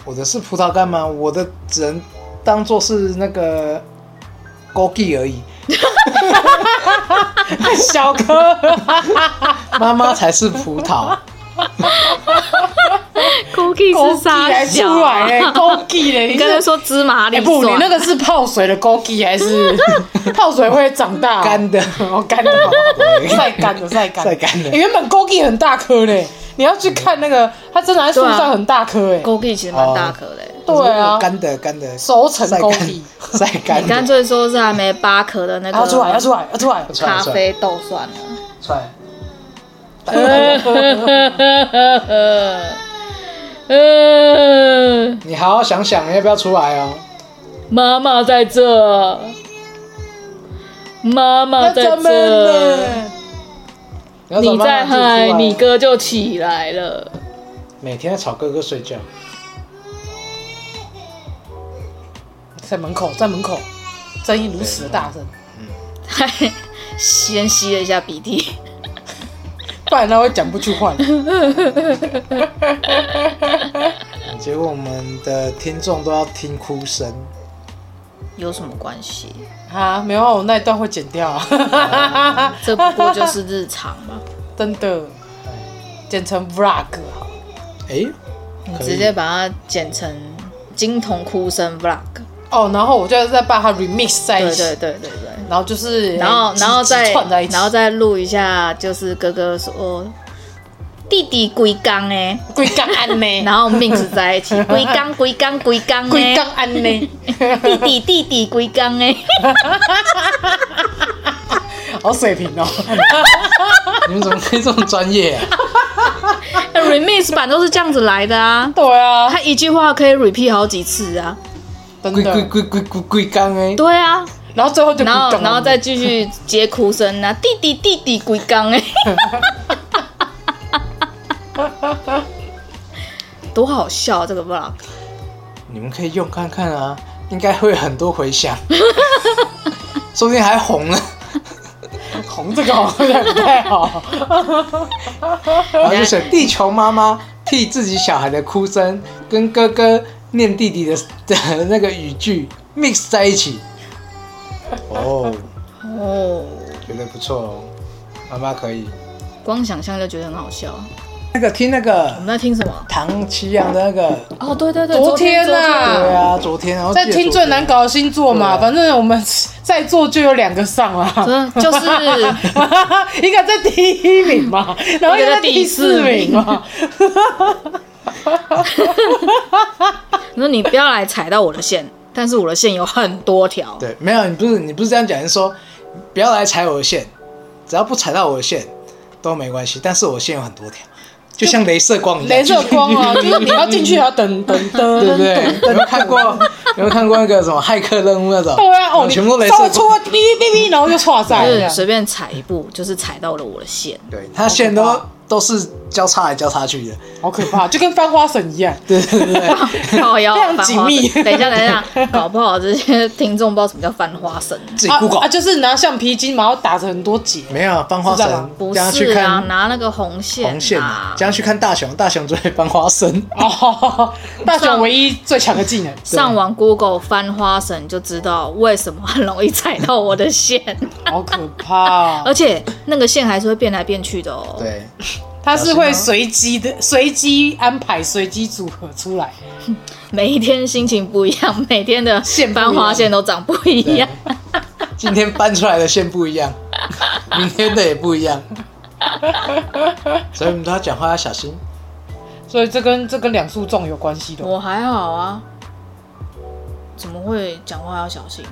S3: 我的是葡萄干吗？我的只能当做是那个枸杞而已。
S4: 小哥，
S3: 妈妈才是 葡萄，
S2: 枸杞
S4: 枸
S2: 是
S4: 杞
S2: 啥
S4: 还
S2: 小
S4: 出
S2: 啊？
S4: 来嘞，枸杞嘞，
S2: 你
S4: 你
S2: 刚
S4: 这
S2: 才说芝麻
S4: 哎、
S2: 绿
S4: 不，
S2: 蒜，
S4: 你那个是泡水的枸杞 还是泡水会长大、
S3: 干的
S4: 哦，干的哦，晒干的，晒干的，
S3: 晒干的
S4: 哎原本枸杞很大颗嘞，你要去看那个，它真的在树
S2: 对啊
S4: 上很大颗哎、
S2: 枸杞其实蛮大颗的欸、
S4: 对啊，
S3: 干的干的，
S4: 熟成枸杞，
S3: 晒干
S2: 你干
S3: 的，
S2: 脆说是还没八颗的那
S4: 要出来，要
S2: 个
S4: 出来，要出来，
S3: 出来
S2: 咖
S3: 出来
S2: 啡豆算了。
S3: 出来，
S2: 呃，
S3: 你好好想想要不要出来哦。
S2: 妈妈在这，妈妈
S4: 要
S2: 在
S4: 咱们
S2: 这，
S4: 呢，
S3: 你要
S2: 你
S3: 找妈妈
S2: 再
S3: 自己出来
S2: 嗨，你哥就起来了。
S3: 每天在吵哥哥睡觉，
S4: 在门口，在门口，声音如此的大声，
S2: 嗨，先吸了一下鼻涕，
S4: 不然他会讲不出话来。
S3: 结果我们的听众都要听哭声，
S2: 有什么关系？
S4: 啊，没有啊，我那一段会剪掉啊，
S2: 这不过就是日常嘛。
S4: 真的，剪成 vlog 好，
S3: 哎，
S2: 你
S3: 可以
S2: 直 接把它剪成金童哭声 vlog。
S4: 哦，然后我就再把它 remix 在一
S2: 对
S4: 起，
S2: 对对对对。
S4: 然后就是，
S2: 然后
S4: 哎
S2: 然后
S4: 集集
S2: 再
S4: 串在哎一起，
S2: 然后再录一下，就是哥哥说弟弟龟缸哎，
S4: 龟缸安呢，
S2: 然后 mix 在一起，龟缸龟缸龟缸
S4: 龟
S2: 哎
S4: 缸，安呢，
S2: 弟弟弟弟龟缸哎，
S4: 好水平哦，
S3: 你们怎么可以这么专业啊？
S2: remix 版都是这样子来的啊。
S4: 对啊，
S2: 他一句话可以 repeat 好几次啊，
S4: 真
S3: 龟龟
S4: 的，
S3: 龟龟龟龟缸哎，
S2: 对啊，
S4: 然后最后就
S2: 然后
S4: 不懂了
S2: 然后再继续接哭声啊，弟弟弟弟龟缸哎， 多好笑啊这个 vlog。
S3: 你们可以用看看啊， 应该会有很多回响，说不定还红了。
S4: 红虫，这个好像不太好。
S3: 然后就选地球妈妈替自己小孩的哭声跟哥哥念弟弟的 的那个语句 mix 在一起。哦，
S2: 哦，
S3: 觉得不错哦，妈妈可以。
S2: 光想象就觉得很好笑。
S3: 那个听那
S2: 我
S3: 个
S2: 们在听什么？
S3: 唐奇阳的那个，
S2: 哦，对对对，
S4: 昨
S2: 昨
S4: 天
S2: 啊，
S3: 对
S4: 啊，
S3: 啊，昨天然后
S4: 在听最难搞的星座嘛，
S3: 对啊
S4: 反正我们在座就有两个上了。
S2: 真的就是
S4: 一个在第一名嘛，然后一个在第四名嘛，
S2: 你说你不要来踩到我的线，但是我的线有很多条。
S3: 对，没有，你不是你不是这样讲，你说不要来踩我的线，只要不踩到我的线都没关系。但是我线有很多条，就像镭射光一样，
S4: 镭射光啊，就是你要进去还要等等等，
S3: 对不对？有没有看过？有没有看过那个什么骇客任务那种？
S4: 对啊，哦，你
S3: 全部都镭
S4: 稍微
S3: 射
S4: 戳
S3: 光。
S4: 哔哔哔哔，然后就错赛
S2: 就是
S4: 了。
S2: 随便踩一步，就是踩到了我的线。
S3: 对，它线都都是交叉来交叉去的，
S4: 好可怕，就跟翻花绳一样。
S3: 对对对对。
S2: 靠腰
S4: 非常紧密
S2: 翻花绳等一下，等 一下，搞不好这些听众不知道什么叫翻花绳。
S3: 自己
S4: 啊
S3: Google、
S4: 啊，就是拿橡皮筋，然后打成很多结。
S3: 没有翻花
S4: 是这样吗
S3: 绳，
S2: 不
S3: 这样去
S2: 是啊，
S3: 看
S2: 拿那个红线、啊，
S3: 红线啊，这样去看大雄，大雄就会翻花绳。
S4: 哦，大雄
S2: 上
S4: 唯一最强的技能，
S2: 上网 Google 翻花绳就知道为什么很容易踩到我的 线，
S4: 好可怕
S2: 而。且那个线还是会变来变去的哦。，
S3: 对，
S4: 它是会随机的，随机安排，随机组合出来。
S2: 每一天心情不一样， 每天的
S4: 线不一样
S2: 翻花线都长不一样。
S3: 今天搬出来的线不一 样，明天的也不一样，所以我们都要讲话要小心。
S4: 所以这跟这跟两树种有关系的。 哦
S2: 我还好啊，怎么会讲话要小心？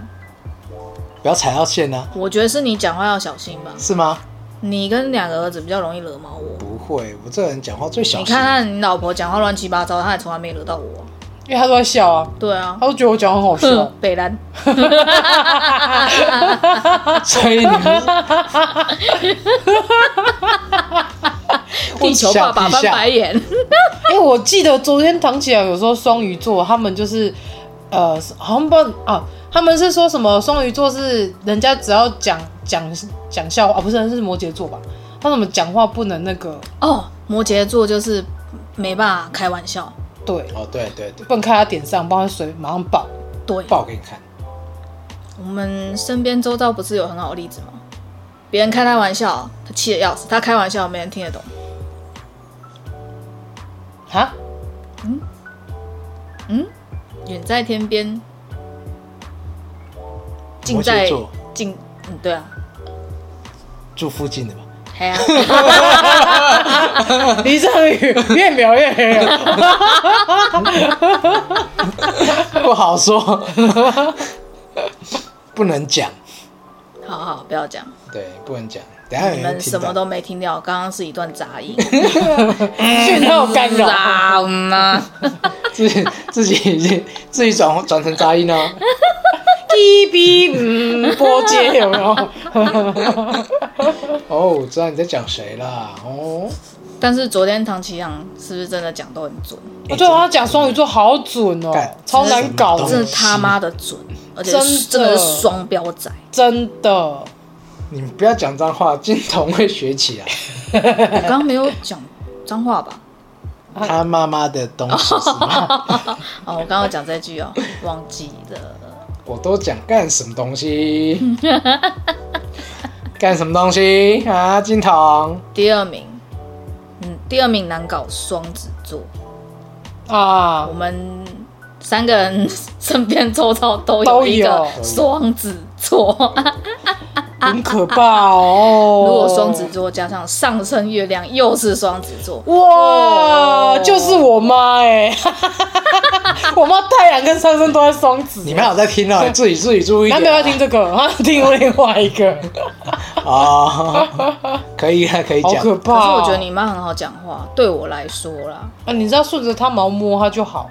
S3: 不要踩到线啊，
S2: 我觉得是你讲话要小心吧。
S3: 是吗？
S2: 你跟两个儿子比较容易惹毛我。
S3: 不会，我这个人讲话最小
S2: 你
S3: 心
S2: 看。看你老婆讲话乱七八糟，她也从来没惹到我啊。
S4: 因为他都在笑啊，
S2: 对啊
S4: 他，都觉得我讲话很好笑
S2: 哼，，北兰，
S3: 所以你们
S2: 地球爸爸翻白眼。
S4: 因为我记得昨天唐启阳有说双鱼座，他们就是呃，好像不知道啊，他们是说什么双鱼座是人家只要讲讲讲笑话啊，不是是摩羯座吧？他怎么讲话不能那个
S2: 哦，摩羯座就是没办法开玩笑，
S4: 对，
S3: 哦，对对对，
S4: 不能开他点上，不然水马上爆。
S2: 对，
S3: 报给你看。
S2: 我们身边周遭不是有很好的例子吗？别人开他玩笑，他气得要死；他开玩笑，没人听得懂。
S4: 哈，
S2: 远在天边，近
S3: 摩
S2: 在
S3: 羯座
S2: 近，嗯，对啊，
S3: 住附近的吧？
S2: 嘿 啊，
S4: 离这宇越描越黑啊了。
S3: 不好说，不能讲。
S2: 好好，不要讲，
S3: 对，不能讲。等一下有
S2: 你
S3: 人
S2: 们
S3: 哎听
S2: 什
S3: 到
S2: 么都没听到，刚刚是一段杂 音，
S4: 讯号干扰。
S2: 啊，嗯啊，
S3: 自己自己自己转转成杂音哦。
S4: 哔哔，嗯， 波接有没有？
S3: 哦，我知道你在讲谁啦。哦，
S2: 但是昨天唐奇阳是不是真的讲都很准？
S4: 哦我觉得他讲双鱼座好准哦
S3: 干，
S4: 超难搞
S3: 真
S2: 真
S4: 的
S2: 的，他妈的准，而且
S4: 真的
S2: 是真的是双标仔。
S4: 真的。
S3: 你们不要讲脏话，金童会学起 来。
S2: 我刚刚没有讲脏话吧？
S3: 他妈妈的东西是 吗？
S2: 哦，我刚刚有讲这句哦，忘记了。
S3: 我都讲干什么东西？干什么东西啊？金童，
S2: 第二名，嗯，第二名难搞，双子座。
S4: 啊
S2: 我，们三个人身边周遭都
S4: 都
S2: 有一个
S4: 有
S2: 双子座。
S4: 很可怕哦！
S2: 啊如果双子，座加上上升月亮又是双子座，
S4: 哇，就是我妈哎、 我妈太阳跟上升都在双子，欸
S3: 你们有在听 哦，自己自己注意
S4: 男
S3: 点。
S4: 朋友要听这个， 她听另外一 个，
S3: 哦， 可以啊，可以
S4: 好
S3: 讲。
S4: 可怕、
S2: 可是我觉得，你妈很好讲话，对我来说啦，
S4: 啊，你只要顺着她毛摸她就好。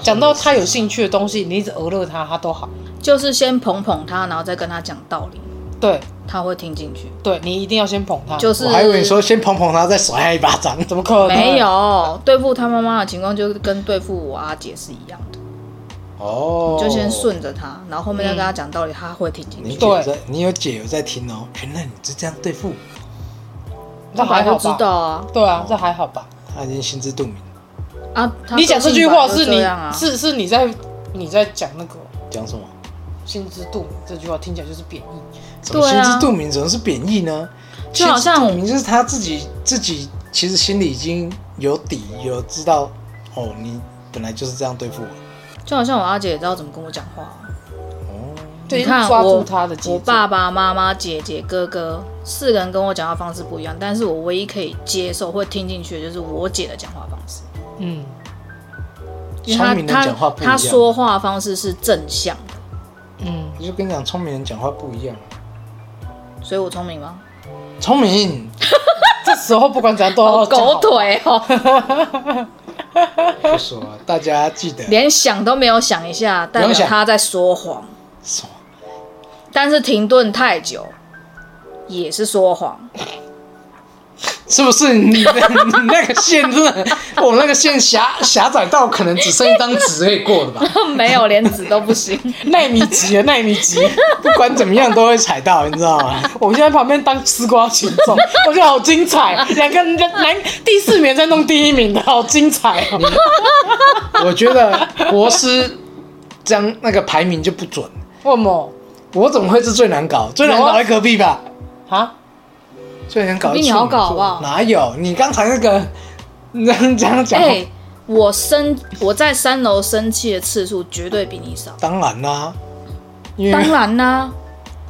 S4: 讲到她有兴趣的东西，你一直讹乐她，她都好。
S2: 就是先捧捧她，然后再跟她讲道理，
S4: 对
S2: 她会听进去。
S4: 对，你一定要先捧她。
S2: 就是
S3: 我还以为你说先捧捧他，再甩他一巴掌。
S4: 怎么可能？
S2: 没有对付他妈妈的情况，就跟对付我阿姐是一样的。
S3: 哦，
S2: 就先顺着他，然后后面再跟他讲道理，他会听进
S3: 你
S2: 去。
S3: 姐有
S4: 对
S3: 在，你有姐有在听哦，原来你是这样对付，
S4: 那
S2: 本
S4: 还
S2: 来
S4: 好
S2: 就知道
S4: 吧？
S2: 啊
S4: 对啊，这还好吧？
S3: 她已经心知肚明了。
S2: 啊！他
S4: 你讲这句话
S2: 个
S4: 是
S2: 性本来就
S4: 你
S2: 这样啊，
S4: 是是你在你在讲那个
S3: 讲什么？
S4: 心知肚明这句话听起来就是贬义，
S3: 怎么
S2: 对
S3: 心
S2: 啊
S3: 知肚明，怎么是贬义呢？
S2: 就好像
S3: 心知肚明就是他自己自己其实心里已经有底，有知道哦，你本来就是这样对付我。
S2: 就好像我阿姐也知道怎么跟我讲话啊。
S3: 哦，
S4: 对，
S2: 你看
S4: 抓住
S2: 我
S4: 他的节
S2: 我
S4: 奏。
S2: 爸爸妈妈、姐姐、哥哥四个人跟我讲话方式不一样，但是我唯一可以接受或听进去的就是我姐的讲话方式，
S4: 嗯，
S2: 因为她
S3: 聪明人
S2: 她
S3: 讲话不一样
S2: 她说话方式是正向的，
S4: 嗯，
S3: 我就跟你讲，聪明人讲话不一样，
S2: 所以我聪明吗？
S3: 聪明，
S4: 这时候不管怎样都
S2: 哦，
S4: 要讲好
S2: 狗，腿哦，
S3: 不说了，大家记得
S2: 连想都没有想一下，代
S3: 不用
S2: 表
S3: 想
S2: 他在说谎。
S3: 什么？
S2: 但是停顿太久也是说谎，
S3: 是不是你的你那个线 真的，我那个线狭狭窄到可能只剩一张纸可以过的吧？
S2: 没有连纸都不 行。
S4: 耐米级的耐米级。
S3: 不管怎么样都会踩到，你知道吗？
S4: 我现在旁边当丝瓜群众，我觉得好精彩。两个人家男第四名在弄第一名的，好精彩哦！
S3: 我觉得国师这样那个排名就不准，
S4: 为什么
S3: 我怎么会是最难搞？最难搞在隔壁吧？
S4: 啊？
S3: 最难搞的
S2: 比你
S3: 处女
S2: 好搞啊
S3: 座
S2: 好不好
S3: 哪有？你刚才那个， 你这样这样讲
S2: 哎、，我生我在三楼生气的次数绝对比你少，
S3: 当然啦、因
S2: 当
S3: 为
S2: 然啦、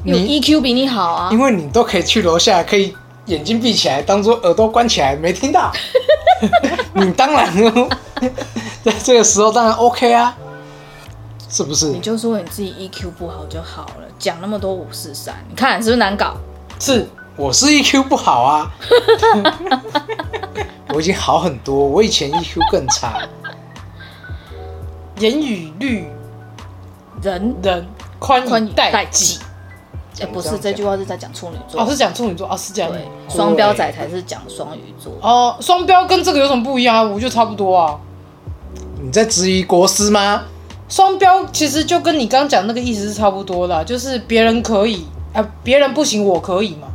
S2: 因为
S3: 你
S2: EQ 比嗯你好啊
S3: 因。为你都可以去楼下，可以眼睛闭起来，当做耳朵关起来，没听 到。你当然，在 这个时候当然 OK 啊，是不是
S2: 你？就说你自己 EQ 不好就好了，讲那么多五四三，你看是不是难搞？
S3: 是，我是 EQ 不好 啊，我已经好很多，我以前 EQ 更差。
S4: 言语律
S2: 人
S4: 人宽
S2: 宽以
S4: 以
S2: 待
S4: 待
S2: 己
S4: 己。，
S2: 哎、不
S3: 这
S2: 是
S3: 样
S2: 这
S3: 讲
S2: 句话是在讲处女座，
S4: 哦，是讲处女座哦，是这样。
S2: 对，双标仔才是讲双鱼座。
S4: 哦，双标跟这个有什么不一样啊？我觉得差不多啊。
S3: 你在质疑国师吗？
S4: 双标其实就跟你刚讲那个意思是差不多的啊、就是别人可以，啊、别人不行，我可以嘛，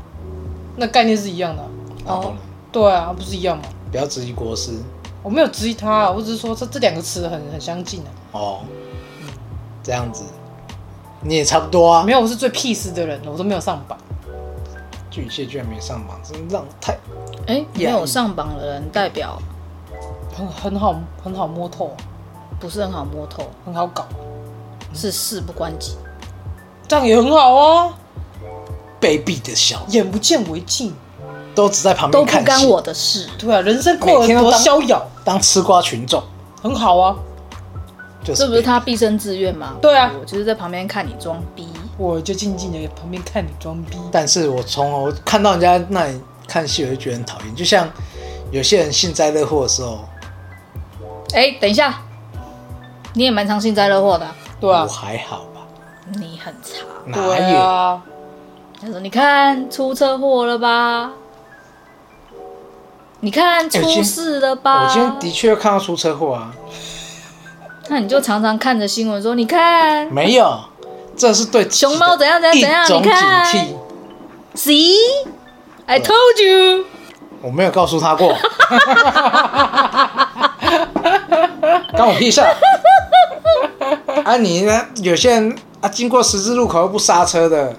S4: 那概念是一样的啊、
S3: 啊
S2: 哦，
S4: 对啊，不是一样吗？
S3: 不要质疑国师
S4: 我没有质疑他、啊，我只是说这这两个词很很相近啊。
S3: 哦，这样子你也差不多啊
S4: 没。有，我是最 peace 的人，我都没有上榜。
S3: 巨蟹居然没上榜，真让我太
S2: 哎、没
S3: 呀
S2: 有上榜的人代表
S4: 很很好，很好摸透啊、
S2: 不是很好摸透，
S4: 很好搞啊、
S2: 是事不关己。
S4: 这样也很好啊，
S3: 卑鄙的小，
S4: 眼不见为净。
S3: 都只在旁
S2: 都
S3: 边
S2: 不
S3: 看
S2: 干
S3: 戏，
S2: 我的事。
S4: 对啊，人生过
S3: 每
S4: 得
S3: 天都
S4: 多
S3: 当
S4: 逍遥，
S3: 当吃瓜群众，
S4: 很好啊。
S3: 就是
S2: 这不是他毕生志愿吗？
S4: 对啊
S2: 我就是在旁边看你装逼。
S4: 我就静静的旁边看你装逼。
S3: 但是我从我看到人家那里看戏，我就觉得很讨厌。就像有些人幸灾乐祸的时候，
S2: 哎，等一下，你也蛮常幸灾乐祸的啊，
S4: 对啊
S3: 我，还好吧？
S2: 你很差。
S3: 哪
S4: 对
S3: 有？
S4: 啊，
S2: 他说：“你看出车祸了吧？你看
S3: 哎我今
S2: 出
S3: 天
S2: 事了吧？
S3: 我今天的确看到出车祸啊，
S2: 那你就常常看着新闻说，你看
S3: 没有，这是对自己的
S2: 熊猫怎样怎样怎样
S3: 一种
S2: 你看
S3: 警惕。
S2: ，see。” I told you，
S3: 我没有告诉他过， 关我屁事啊！啊你呢？有些人啊，经过十字路口又不刹车的，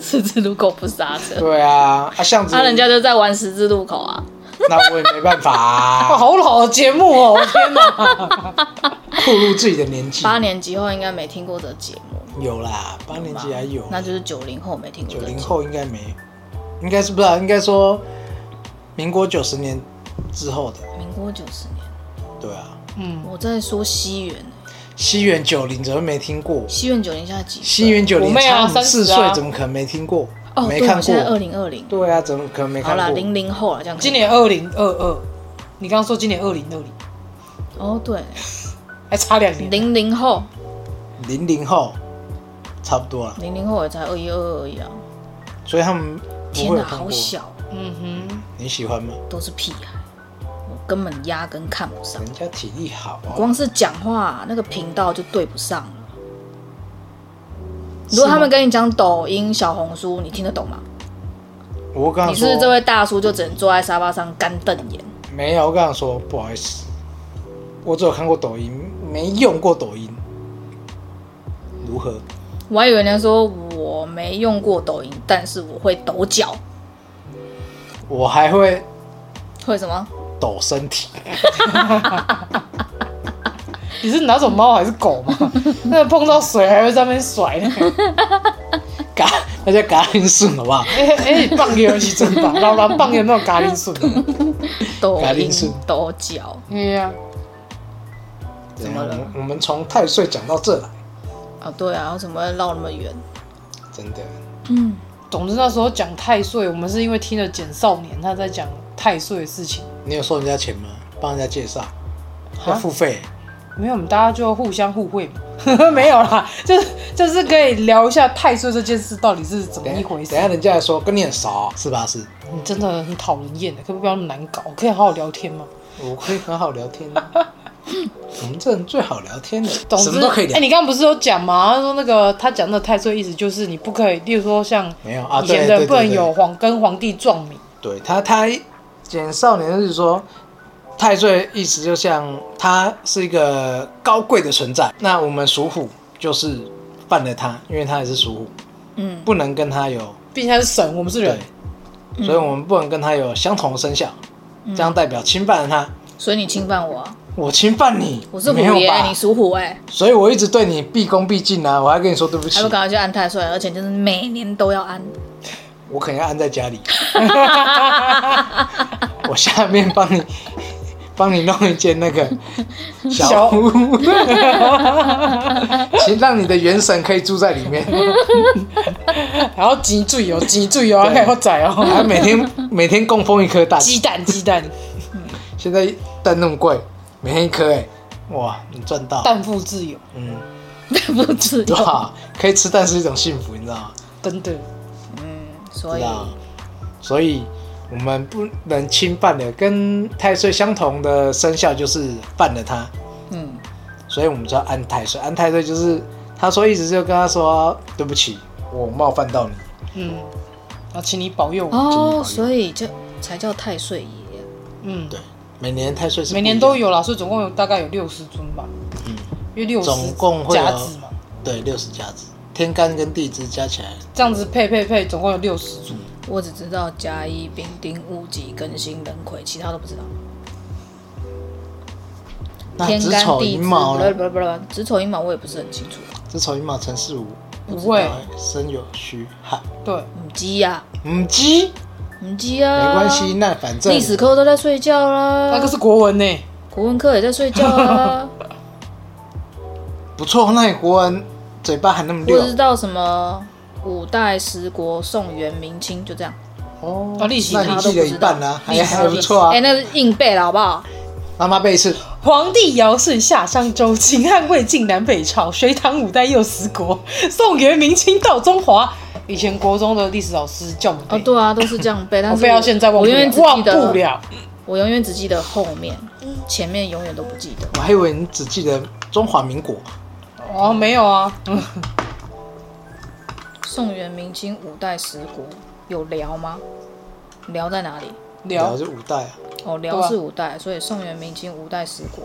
S2: 十字路口不刹 车，
S3: 对啊，啊巷子，
S2: 那、人家就在玩十字路口啊。
S3: 那我也没办 法、
S4: 哇，
S3: 啊，
S4: 好老的节目哦，我天哪！
S3: 暴露自己的年纪。
S2: 八年级后应该没听过这节目
S3: 有啦，八嗯年
S2: 吧
S3: 级还有，
S2: 那就是九零后没听过
S3: 九
S2: 这节目。
S3: 零后应该没，应该是不知道，应该说民国九十年之后的，
S2: 民国九十年，
S3: 对啊，
S4: 嗯，
S2: 我在说西元欸，
S3: 西元九零怎么没听过？
S2: 西元九零现在几岁？
S3: 西元九
S4: 我
S3: 零
S4: 妹啊
S3: 差你四
S4: 30啊
S3: 岁，怎么可能没听过？
S2: 哦，
S3: 没
S2: 对
S3: 看
S2: 我现在二
S3: 过。
S2: 零二零，
S3: 对啊，怎么可能没
S2: 好啦，
S3: 看
S2: 零
S3: 过？
S2: 零后了，这样可以
S4: 今年二零二二，你刚刚说今年二零二零，
S2: 哦，对，
S4: 还差两年。
S2: 零零后，
S3: 零零后差不多了，
S2: 零零后也才二一二二而已啊！
S3: 所以他们不
S2: 天
S3: 会有
S2: 哪，
S3: 看
S2: 好
S3: 过。
S2: 小，
S4: 嗯哼，
S3: 你喜欢吗？
S2: 都是屁孩，我根本压根看不上，
S3: 人家体力好啊，
S2: 光是讲话那个频道就对不上了。如果他们跟你讲抖音、小红书，你听得懂吗？
S3: 我刚
S2: 你
S3: 刚
S2: 是
S3: 说
S2: 不是这位大叔就只能坐在沙发上干瞪眼？
S3: 没有，我刚刚说不好意思，我只有看过抖音，没用过抖音，如何？
S2: 我还以为人家说我没用过抖音，但是我会抖脚，
S3: 我还会
S2: 会什么？
S3: 抖身体，
S4: 你是哪种猫还是狗吗？ 那碰到水还会在那边甩呢？
S3: 嘎，那叫嘎铃顺好不好？
S4: 哎哎，棒球游戏真棒， 老狼棒球那种咖喱笋。
S2: 抖
S3: 嘎
S2: 音
S3: 铃是
S2: 抖脚，
S4: 哎呀，
S3: 怎
S2: 么了
S3: 我们我们从太岁讲到这来，
S2: 啊，对啊，为什么会绕那么远？
S3: 真的，
S2: 嗯，
S4: 总之那时候讲太岁，我们是因为听了简少年他在讲太岁的事情，
S3: 你有收人家钱吗？帮人家介绍，要付费。
S4: 没有，我们大家就互相互惠嘛。 没有啦，就是就是可以聊一下太岁这件事到底是怎么
S3: 等
S4: 一
S3: 一
S4: 回
S3: 等一
S4: 事。
S3: 下人家还说跟你很熟哦，是吧？是，
S4: 你真的很讨人厌的，可不可以不要那么难搞？可以好好聊天吗？
S3: 我可以很好聊 天、我们这人最好聊天的，
S4: 总之，
S3: 什么都可以
S4: 哎、
S3: 聊。
S4: 你刚刚不是有讲吗？他说那个他讲的太岁意思就是你不可以，例如说像
S3: 没有啊
S4: 以
S3: 对
S4: 前的
S3: 对
S4: 人不能
S3: 对对
S4: 有皇跟皇帝撞名，
S3: 对他，他简少年就是说，太岁意思就像他是一个高贵的存在。那我们属虎就是犯了他，因为他也是属虎，
S2: 嗯，
S3: 不能跟他有
S4: 毕竟他是神，我们是
S3: 对
S4: 人，，
S3: 所以我们不能跟他有相同的生肖，
S2: 嗯
S3: 这样代表侵犯了他，
S2: 所以你侵犯我、啊，
S3: 我侵犯你，
S2: 我是虎
S3: 没有
S2: 爷，
S3: 吧
S2: 你？属虎哎、
S3: 所以我一直对你毕恭毕敬啊，我还跟你说对不起
S2: 还不，赶快去安太岁，而且就是每年都要安。
S3: 我可能要安在家里， 我下面帮你。帮你弄一间那个小屋， 请让你的元神可以住在里 面。
S4: 然后脊椎哦，脊椎哦，还有仔哦，
S3: 还每天每天供奉一颗蛋，
S4: 鸡蛋鸡蛋
S3: 现在蛋那么贵，每天一颗哎、哇，你赚到，
S4: 蛋父自由，
S3: 嗯，
S2: 不自
S3: 对
S2: 由，
S3: 吧？可以吃蛋是一种幸福，你知道吗？
S4: 真的。
S2: 所
S3: 知
S2: 以哦
S3: 道，所以我们不能侵犯的，跟太岁相同的生肖就是犯了他，
S2: 嗯，
S3: 所以我们就要安太岁。安太岁就是他说意思就跟他说对不起，我冒犯到你，
S4: 嗯，啊，请你保佑我。
S2: 哦，所以就才叫太岁爷。
S4: 嗯，
S3: 对，每年太岁是不
S4: 每
S3: 一样
S4: 年都，有啦，所以总共有大概有六十尊吧。
S3: 嗯，
S4: 因为六十
S3: 总共会有
S4: 甲子嘛，
S3: 对，六十甲子，天干跟地支加起来，
S4: 这样子配配配，总共有六十组。
S2: 我只知道甲乙丙丁戊己庚辛壬癸，其他都不知道。
S3: 那
S2: 天
S3: 子
S2: 干
S3: 丑
S2: 地
S3: 寅
S2: 支，
S3: 卯啊
S2: 不
S3: 了
S2: 是，不是不是，子丑寅卯我也不是很清楚。
S3: 子丑寅卯辰巳午，
S4: 不
S3: 知道
S4: 会，
S3: 欸身有虚汗，
S4: 对，
S2: 母鸡呀，
S3: 母鸡
S2: 母鸡呀，
S3: 没关系，，那反
S2: 呃
S3: 正
S2: 啊历史课都在睡觉啦，
S4: 那个是国文呢、
S2: 国文课也在睡觉 啦。
S3: 不错，那你国文嘴巴还那么
S2: 我
S3: 溜
S2: 只知道什么五代十国宋元明清就这样，
S3: 哦
S4: 啊历史
S3: 那你记了一半啦、
S2: 历
S3: 还
S2: 史
S3: 还不错啊
S2: 哎，。那是硬背了好不好？
S3: 妈妈背一次，
S4: 皇帝尧舜夏商周秦汉魏晋南北朝隋唐五代六十国宋元明清到中华。以前国中的历史老师叫我们背，
S2: 哦，对啊，都是这样背，但
S4: 我
S2: 是
S4: 背到现在忘
S2: 我
S4: 不
S2: 永
S4: 了
S2: 远，只
S4: 忘
S2: 记
S4: 不
S2: 得，
S4: 了。
S2: 我永远只记得后面，前面永远都不记得。
S3: 我还以为你只记得中华民国，
S4: 哦，没有啊，嗯，
S2: 宋元明清五代十国有辽吗？辽在哪里？
S3: 然
S4: 聊
S3: 后是五代啊，
S2: 哦，
S4: 对
S2: 辽
S4: 啊
S2: 是五代，所以宋元明清五代十国，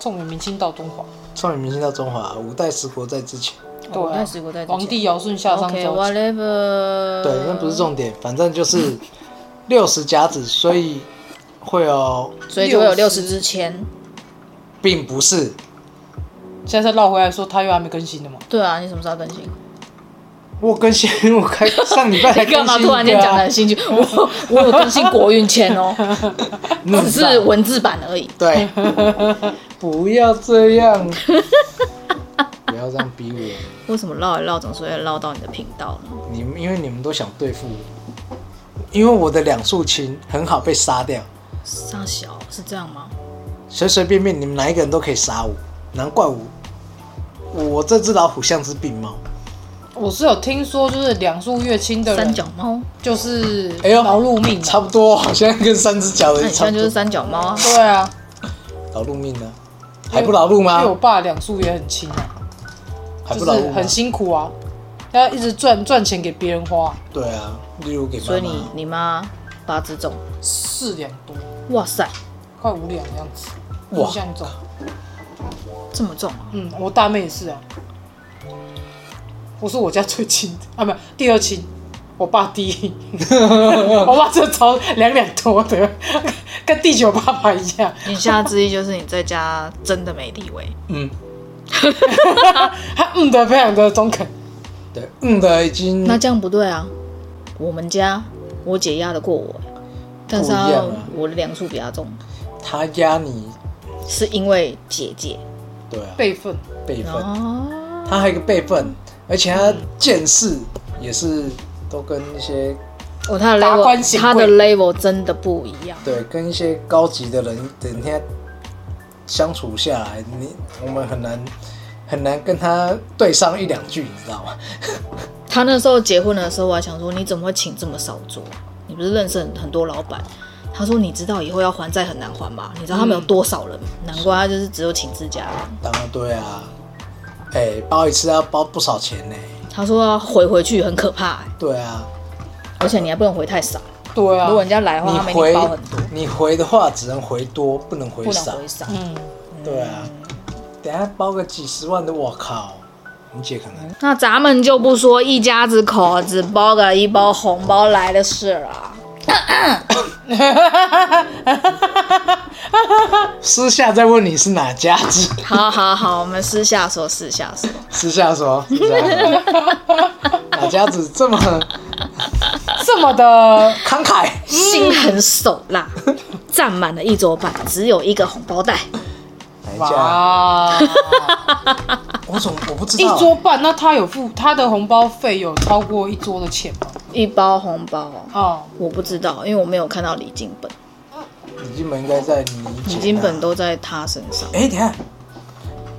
S4: 宋元明清到中华。
S3: 中原明星到中华，五代十国在之前。
S4: 对
S2: 哦
S4: 啊
S2: 五代十国在之前
S4: 皇帝尧舜夏商
S2: OK
S4: 周，
S2: whatever。
S3: 对，那不是重点，反正就是六十甲子，所以会有，
S2: 所以就会有
S4: 六
S2: 六
S4: 十
S2: 十支签。
S3: 并不是
S4: 现在再绕回来说，他又还没更新的嘛？
S2: 对啊，你什么时候要更新？
S3: 我更新，我开 上礼拜才
S2: 你干
S3: 更
S2: 嘛
S3: 新一个啊、
S2: 突然间讲的很兴趣？我 我有更新国运签 哦，只
S3: 那很
S2: 是
S3: 棒
S2: 文字版而已。
S3: 啊对，不要这样，不要这样逼我。
S2: 为什么绕一绕总是会绕到你的频道呢？
S3: 你们因为你们都想对付我，因为我的两束琴很好被杀掉，
S2: 傻小是这样吗？
S3: 随随便便你们哪一个人都可以杀我，难怪我。我这只老虎像只病猫，
S4: 我是有听说，就是两宿越亲的
S2: 三
S4: 人
S2: 脚猫，
S4: 就是
S3: 哎呦
S4: 劳碌命啊、
S3: 差不多，好像跟三只脚
S2: 嗯哎那
S3: 的
S2: 你现
S3: 差
S2: 在
S3: 不
S2: 就是
S3: 多。
S2: 三脚猫啊。
S4: 对啊，
S3: 劳碌命呢？还不劳碌
S2: 哎
S4: 因为我
S3: 吗？
S4: 爸两宿也很亲啊，
S3: 还不
S4: 就是
S3: 劳碌吗
S4: 很辛苦啊，要一直赚赚钱给别人花，
S3: 对啊，例如给妈妈。
S2: 所以你你妈八字重，
S4: 四两多，
S2: 哇塞，
S4: 快五两的样子，
S3: 哇
S4: 印象中，
S2: 这么重啊！
S4: 嗯，我大妹也是啊，我是我家最亲的 啊，没有第二亲，我爸第一， 我爸这超两两多的， 跟第九爸爸一样，
S2: 言下之意就是你在家真的没地位，
S3: 嗯，
S4: 他嗯的非常的中肯，
S3: 对，嗯的已经
S2: 那这样不对啊！我们家我姐压得过我，但是她
S3: 不一样啊
S2: 我的两处比她重，
S3: 他压你，
S2: 是因为姐姐
S3: 对啊，
S4: 辈分，
S3: 辈分，
S2: 哦，
S3: 他还有一个辈分，而且他见识也是都跟一些
S2: 哦，她的
S4: 达官
S2: level
S4: 显贵
S2: 她的 level 真的不一样，
S3: 对跟一些高级的人整天相处下来，你我们很难很难跟他对上一两句，你知道吗？
S2: 她那时候结婚的时候，我还想说你怎么会请这么少桌？你不是认识很很多老板？她说：“你知道以后要还债很难还吧？你知道他们有多少人？难怪她就是只有请自家人。
S3: 当然对啊，哎、包一次要包不少钱呢、
S2: 他说要回回去很可怕、欸，
S3: 对啊，
S2: 而且你还不能回太少。
S4: 对啊
S2: 如，果人家来的话，
S3: 你
S2: 他们一定
S3: 回
S2: 包很多，
S3: 你回的话只能回多，不能回
S2: 不能
S3: 少
S2: 回。少。嗯
S4: 嗯，
S3: 对啊，等下包个几十万的，我靠，你姐可能
S2: 那咱们就不说一家子口子包个一包红包来的事了啊。
S3: 私下再问你是哪家子，
S2: 好好好，我们私下说，私下说。
S3: 私下说，私下说 哪家子这么
S4: 这么 的
S3: 慷慨？
S2: 心狠手 辣，占满了一桌半，只有一个红包袋。
S3: 哪一家？
S4: 哇，
S3: 我总我不知
S4: 一
S3: 道，
S4: 桌半，那他有付他的红包费有超过一桌的钱吗？
S2: 一包红包哦，
S4: 哦，
S2: 我不知道，因为我没有看到礼金本，
S3: 礼金本应该在你姐
S2: 礼
S3: 那
S2: 金本都在他身上。
S3: 哎、等下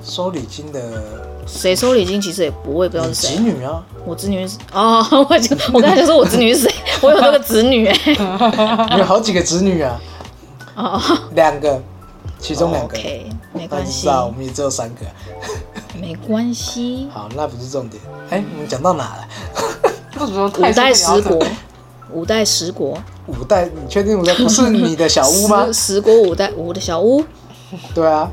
S3: 收礼金的
S2: 谁收礼金其实也不我也不知道
S3: 你
S2: 是
S3: 侄
S2: 谁。
S3: 女啊，
S2: 我侄女是哦， 我就我刚才就说我侄女是谁，我有那个侄 女哎、
S3: 你有好几个侄女啊，
S2: 哦
S3: 两个，其中两个。
S2: ，OK，没
S3: 那
S2: 关
S3: 你知
S2: 系，
S3: 道我们也只有三个。
S2: 没关系。
S3: 好，那不是重点。哎、我们讲到哪了？
S4: 为什么
S2: 五
S4: 太
S2: 代
S4: 十
S2: 十国，五代十国，
S3: 五代，你确定五代不是你的小屋 吗
S2: 十？十国五代五的小 屋，
S3: 对啊，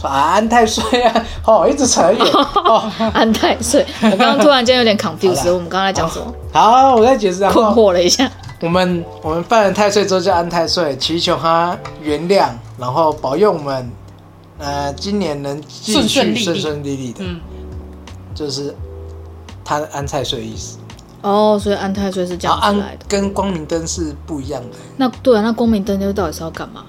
S3: 说啊安太岁啊，哦，一直扯 远。哦，
S2: 安太岁。我刚刚突然间有 点 confused，
S3: 好啦
S2: 我们刚才讲什么？
S3: 好，我再解释。然啊
S2: 困
S3: 后
S2: 惑了一下。
S3: 我们我们犯了太岁之后叫安太岁，祈求他原谅，然后保佑我们，呃，今年能继
S4: 顺顺利
S3: 续顺
S4: 利
S3: 顺利利的，
S4: 嗯，
S3: 就是他的安太岁的意思。
S2: 哦，所以安太岁是这
S3: 然
S2: 样
S3: 后
S2: 子来
S3: 安
S2: 的。
S3: 跟光明灯是不一样的，
S2: 那对啊，那光明灯就到底是要干嘛？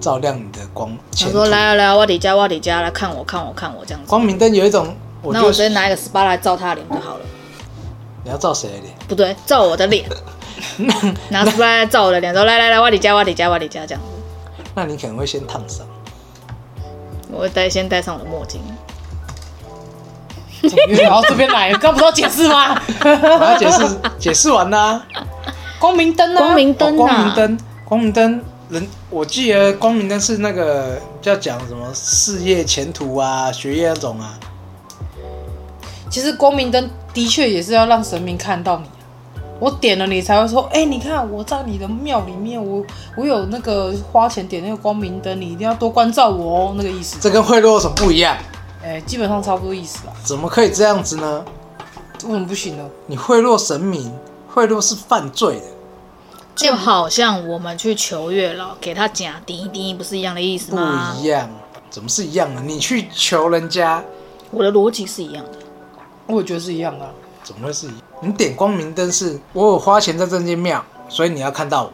S3: 照亮你的光。
S2: 他
S3: 前
S2: 说
S3: 途
S2: 来啊来啊，我底家我底家来看我看我看我这样子。
S3: 光明灯有一种，我
S2: 那我
S3: 就
S2: 直接拿一个 SPA 来照他的脸就好了。
S3: 你要照谁的脸？
S2: 不对，照我的 脸，拿出来照我的脸，说来来来，挖你家，挖你家，挖你家这样子。
S3: 那你可能会先烫伤。
S2: 我会戴先戴上我的墨镜，
S4: 你怎么到这边来了？刚不是要解释吗？
S3: 我要解释解释完啦、
S4: 光明灯啊，
S2: 光明
S3: 哦
S2: 灯
S3: 光明
S2: 啊，
S3: 灯，光明灯，人我记得光明灯是那个要讲什么事业前途啊、学业那种啊。
S4: 其实光明灯的确也是要让神明看到你啊，我点了你才会说，哎、你看我在你的庙里面，我我有那个花钱点那个光明灯，你一定要多关照我哦，那个意思。
S3: 这跟贿赂有什么不一样？
S4: 哎、基本上差不多意思啊，
S3: 怎么可以这样子呢？
S4: 为什么不行呢？
S3: 你贿赂神明，贿赂是犯罪的，
S2: 就好像我们去求月老，给他假滴滴，不是一样的意思
S3: 不
S2: 吗？
S3: 一样。怎么是一样的？你去求人家，
S2: 我的逻辑是一样的。
S4: 我也觉得是一样的啊、
S3: 怎么会是一？你点光明灯是，我有花钱在这间庙，所以你要看到我。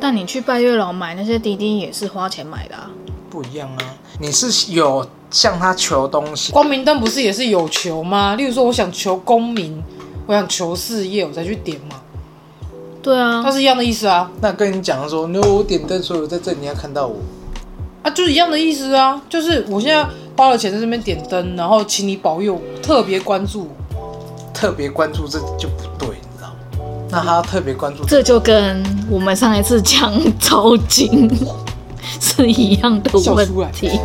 S2: 但你去拜月老买那些滴滴也是花钱买的啊，
S3: 不一样啊！你是有向他求东西，
S4: 光明灯不是也是有求吗？例如说，我想求功名，我想求事业，我才去点嘛，
S2: 对啊
S4: 它，是一样的意思啊，
S3: 那跟你讲说，你我点灯，所以我在这里你要看到我。
S4: 啊，就是一样的意思啊，就是我现在花了钱在这边点灯，然后请你保佑我，特别关注我，
S3: 特别关注这就不对，你知道吗？那他要特别关注
S2: 这就跟我们上一次讲糟精是一样的
S4: 笑出
S2: 问
S4: 来
S2: 题。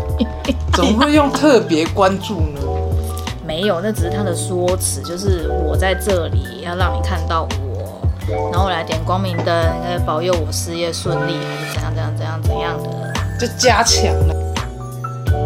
S3: 怎么会用特别关注呢？
S2: 没有，那只是他的说辞，就是我在这里要让你看到我，然后来点光明灯，呃保佑我事业顺利，还是怎样怎样怎样怎样的。
S4: 就加强啊了。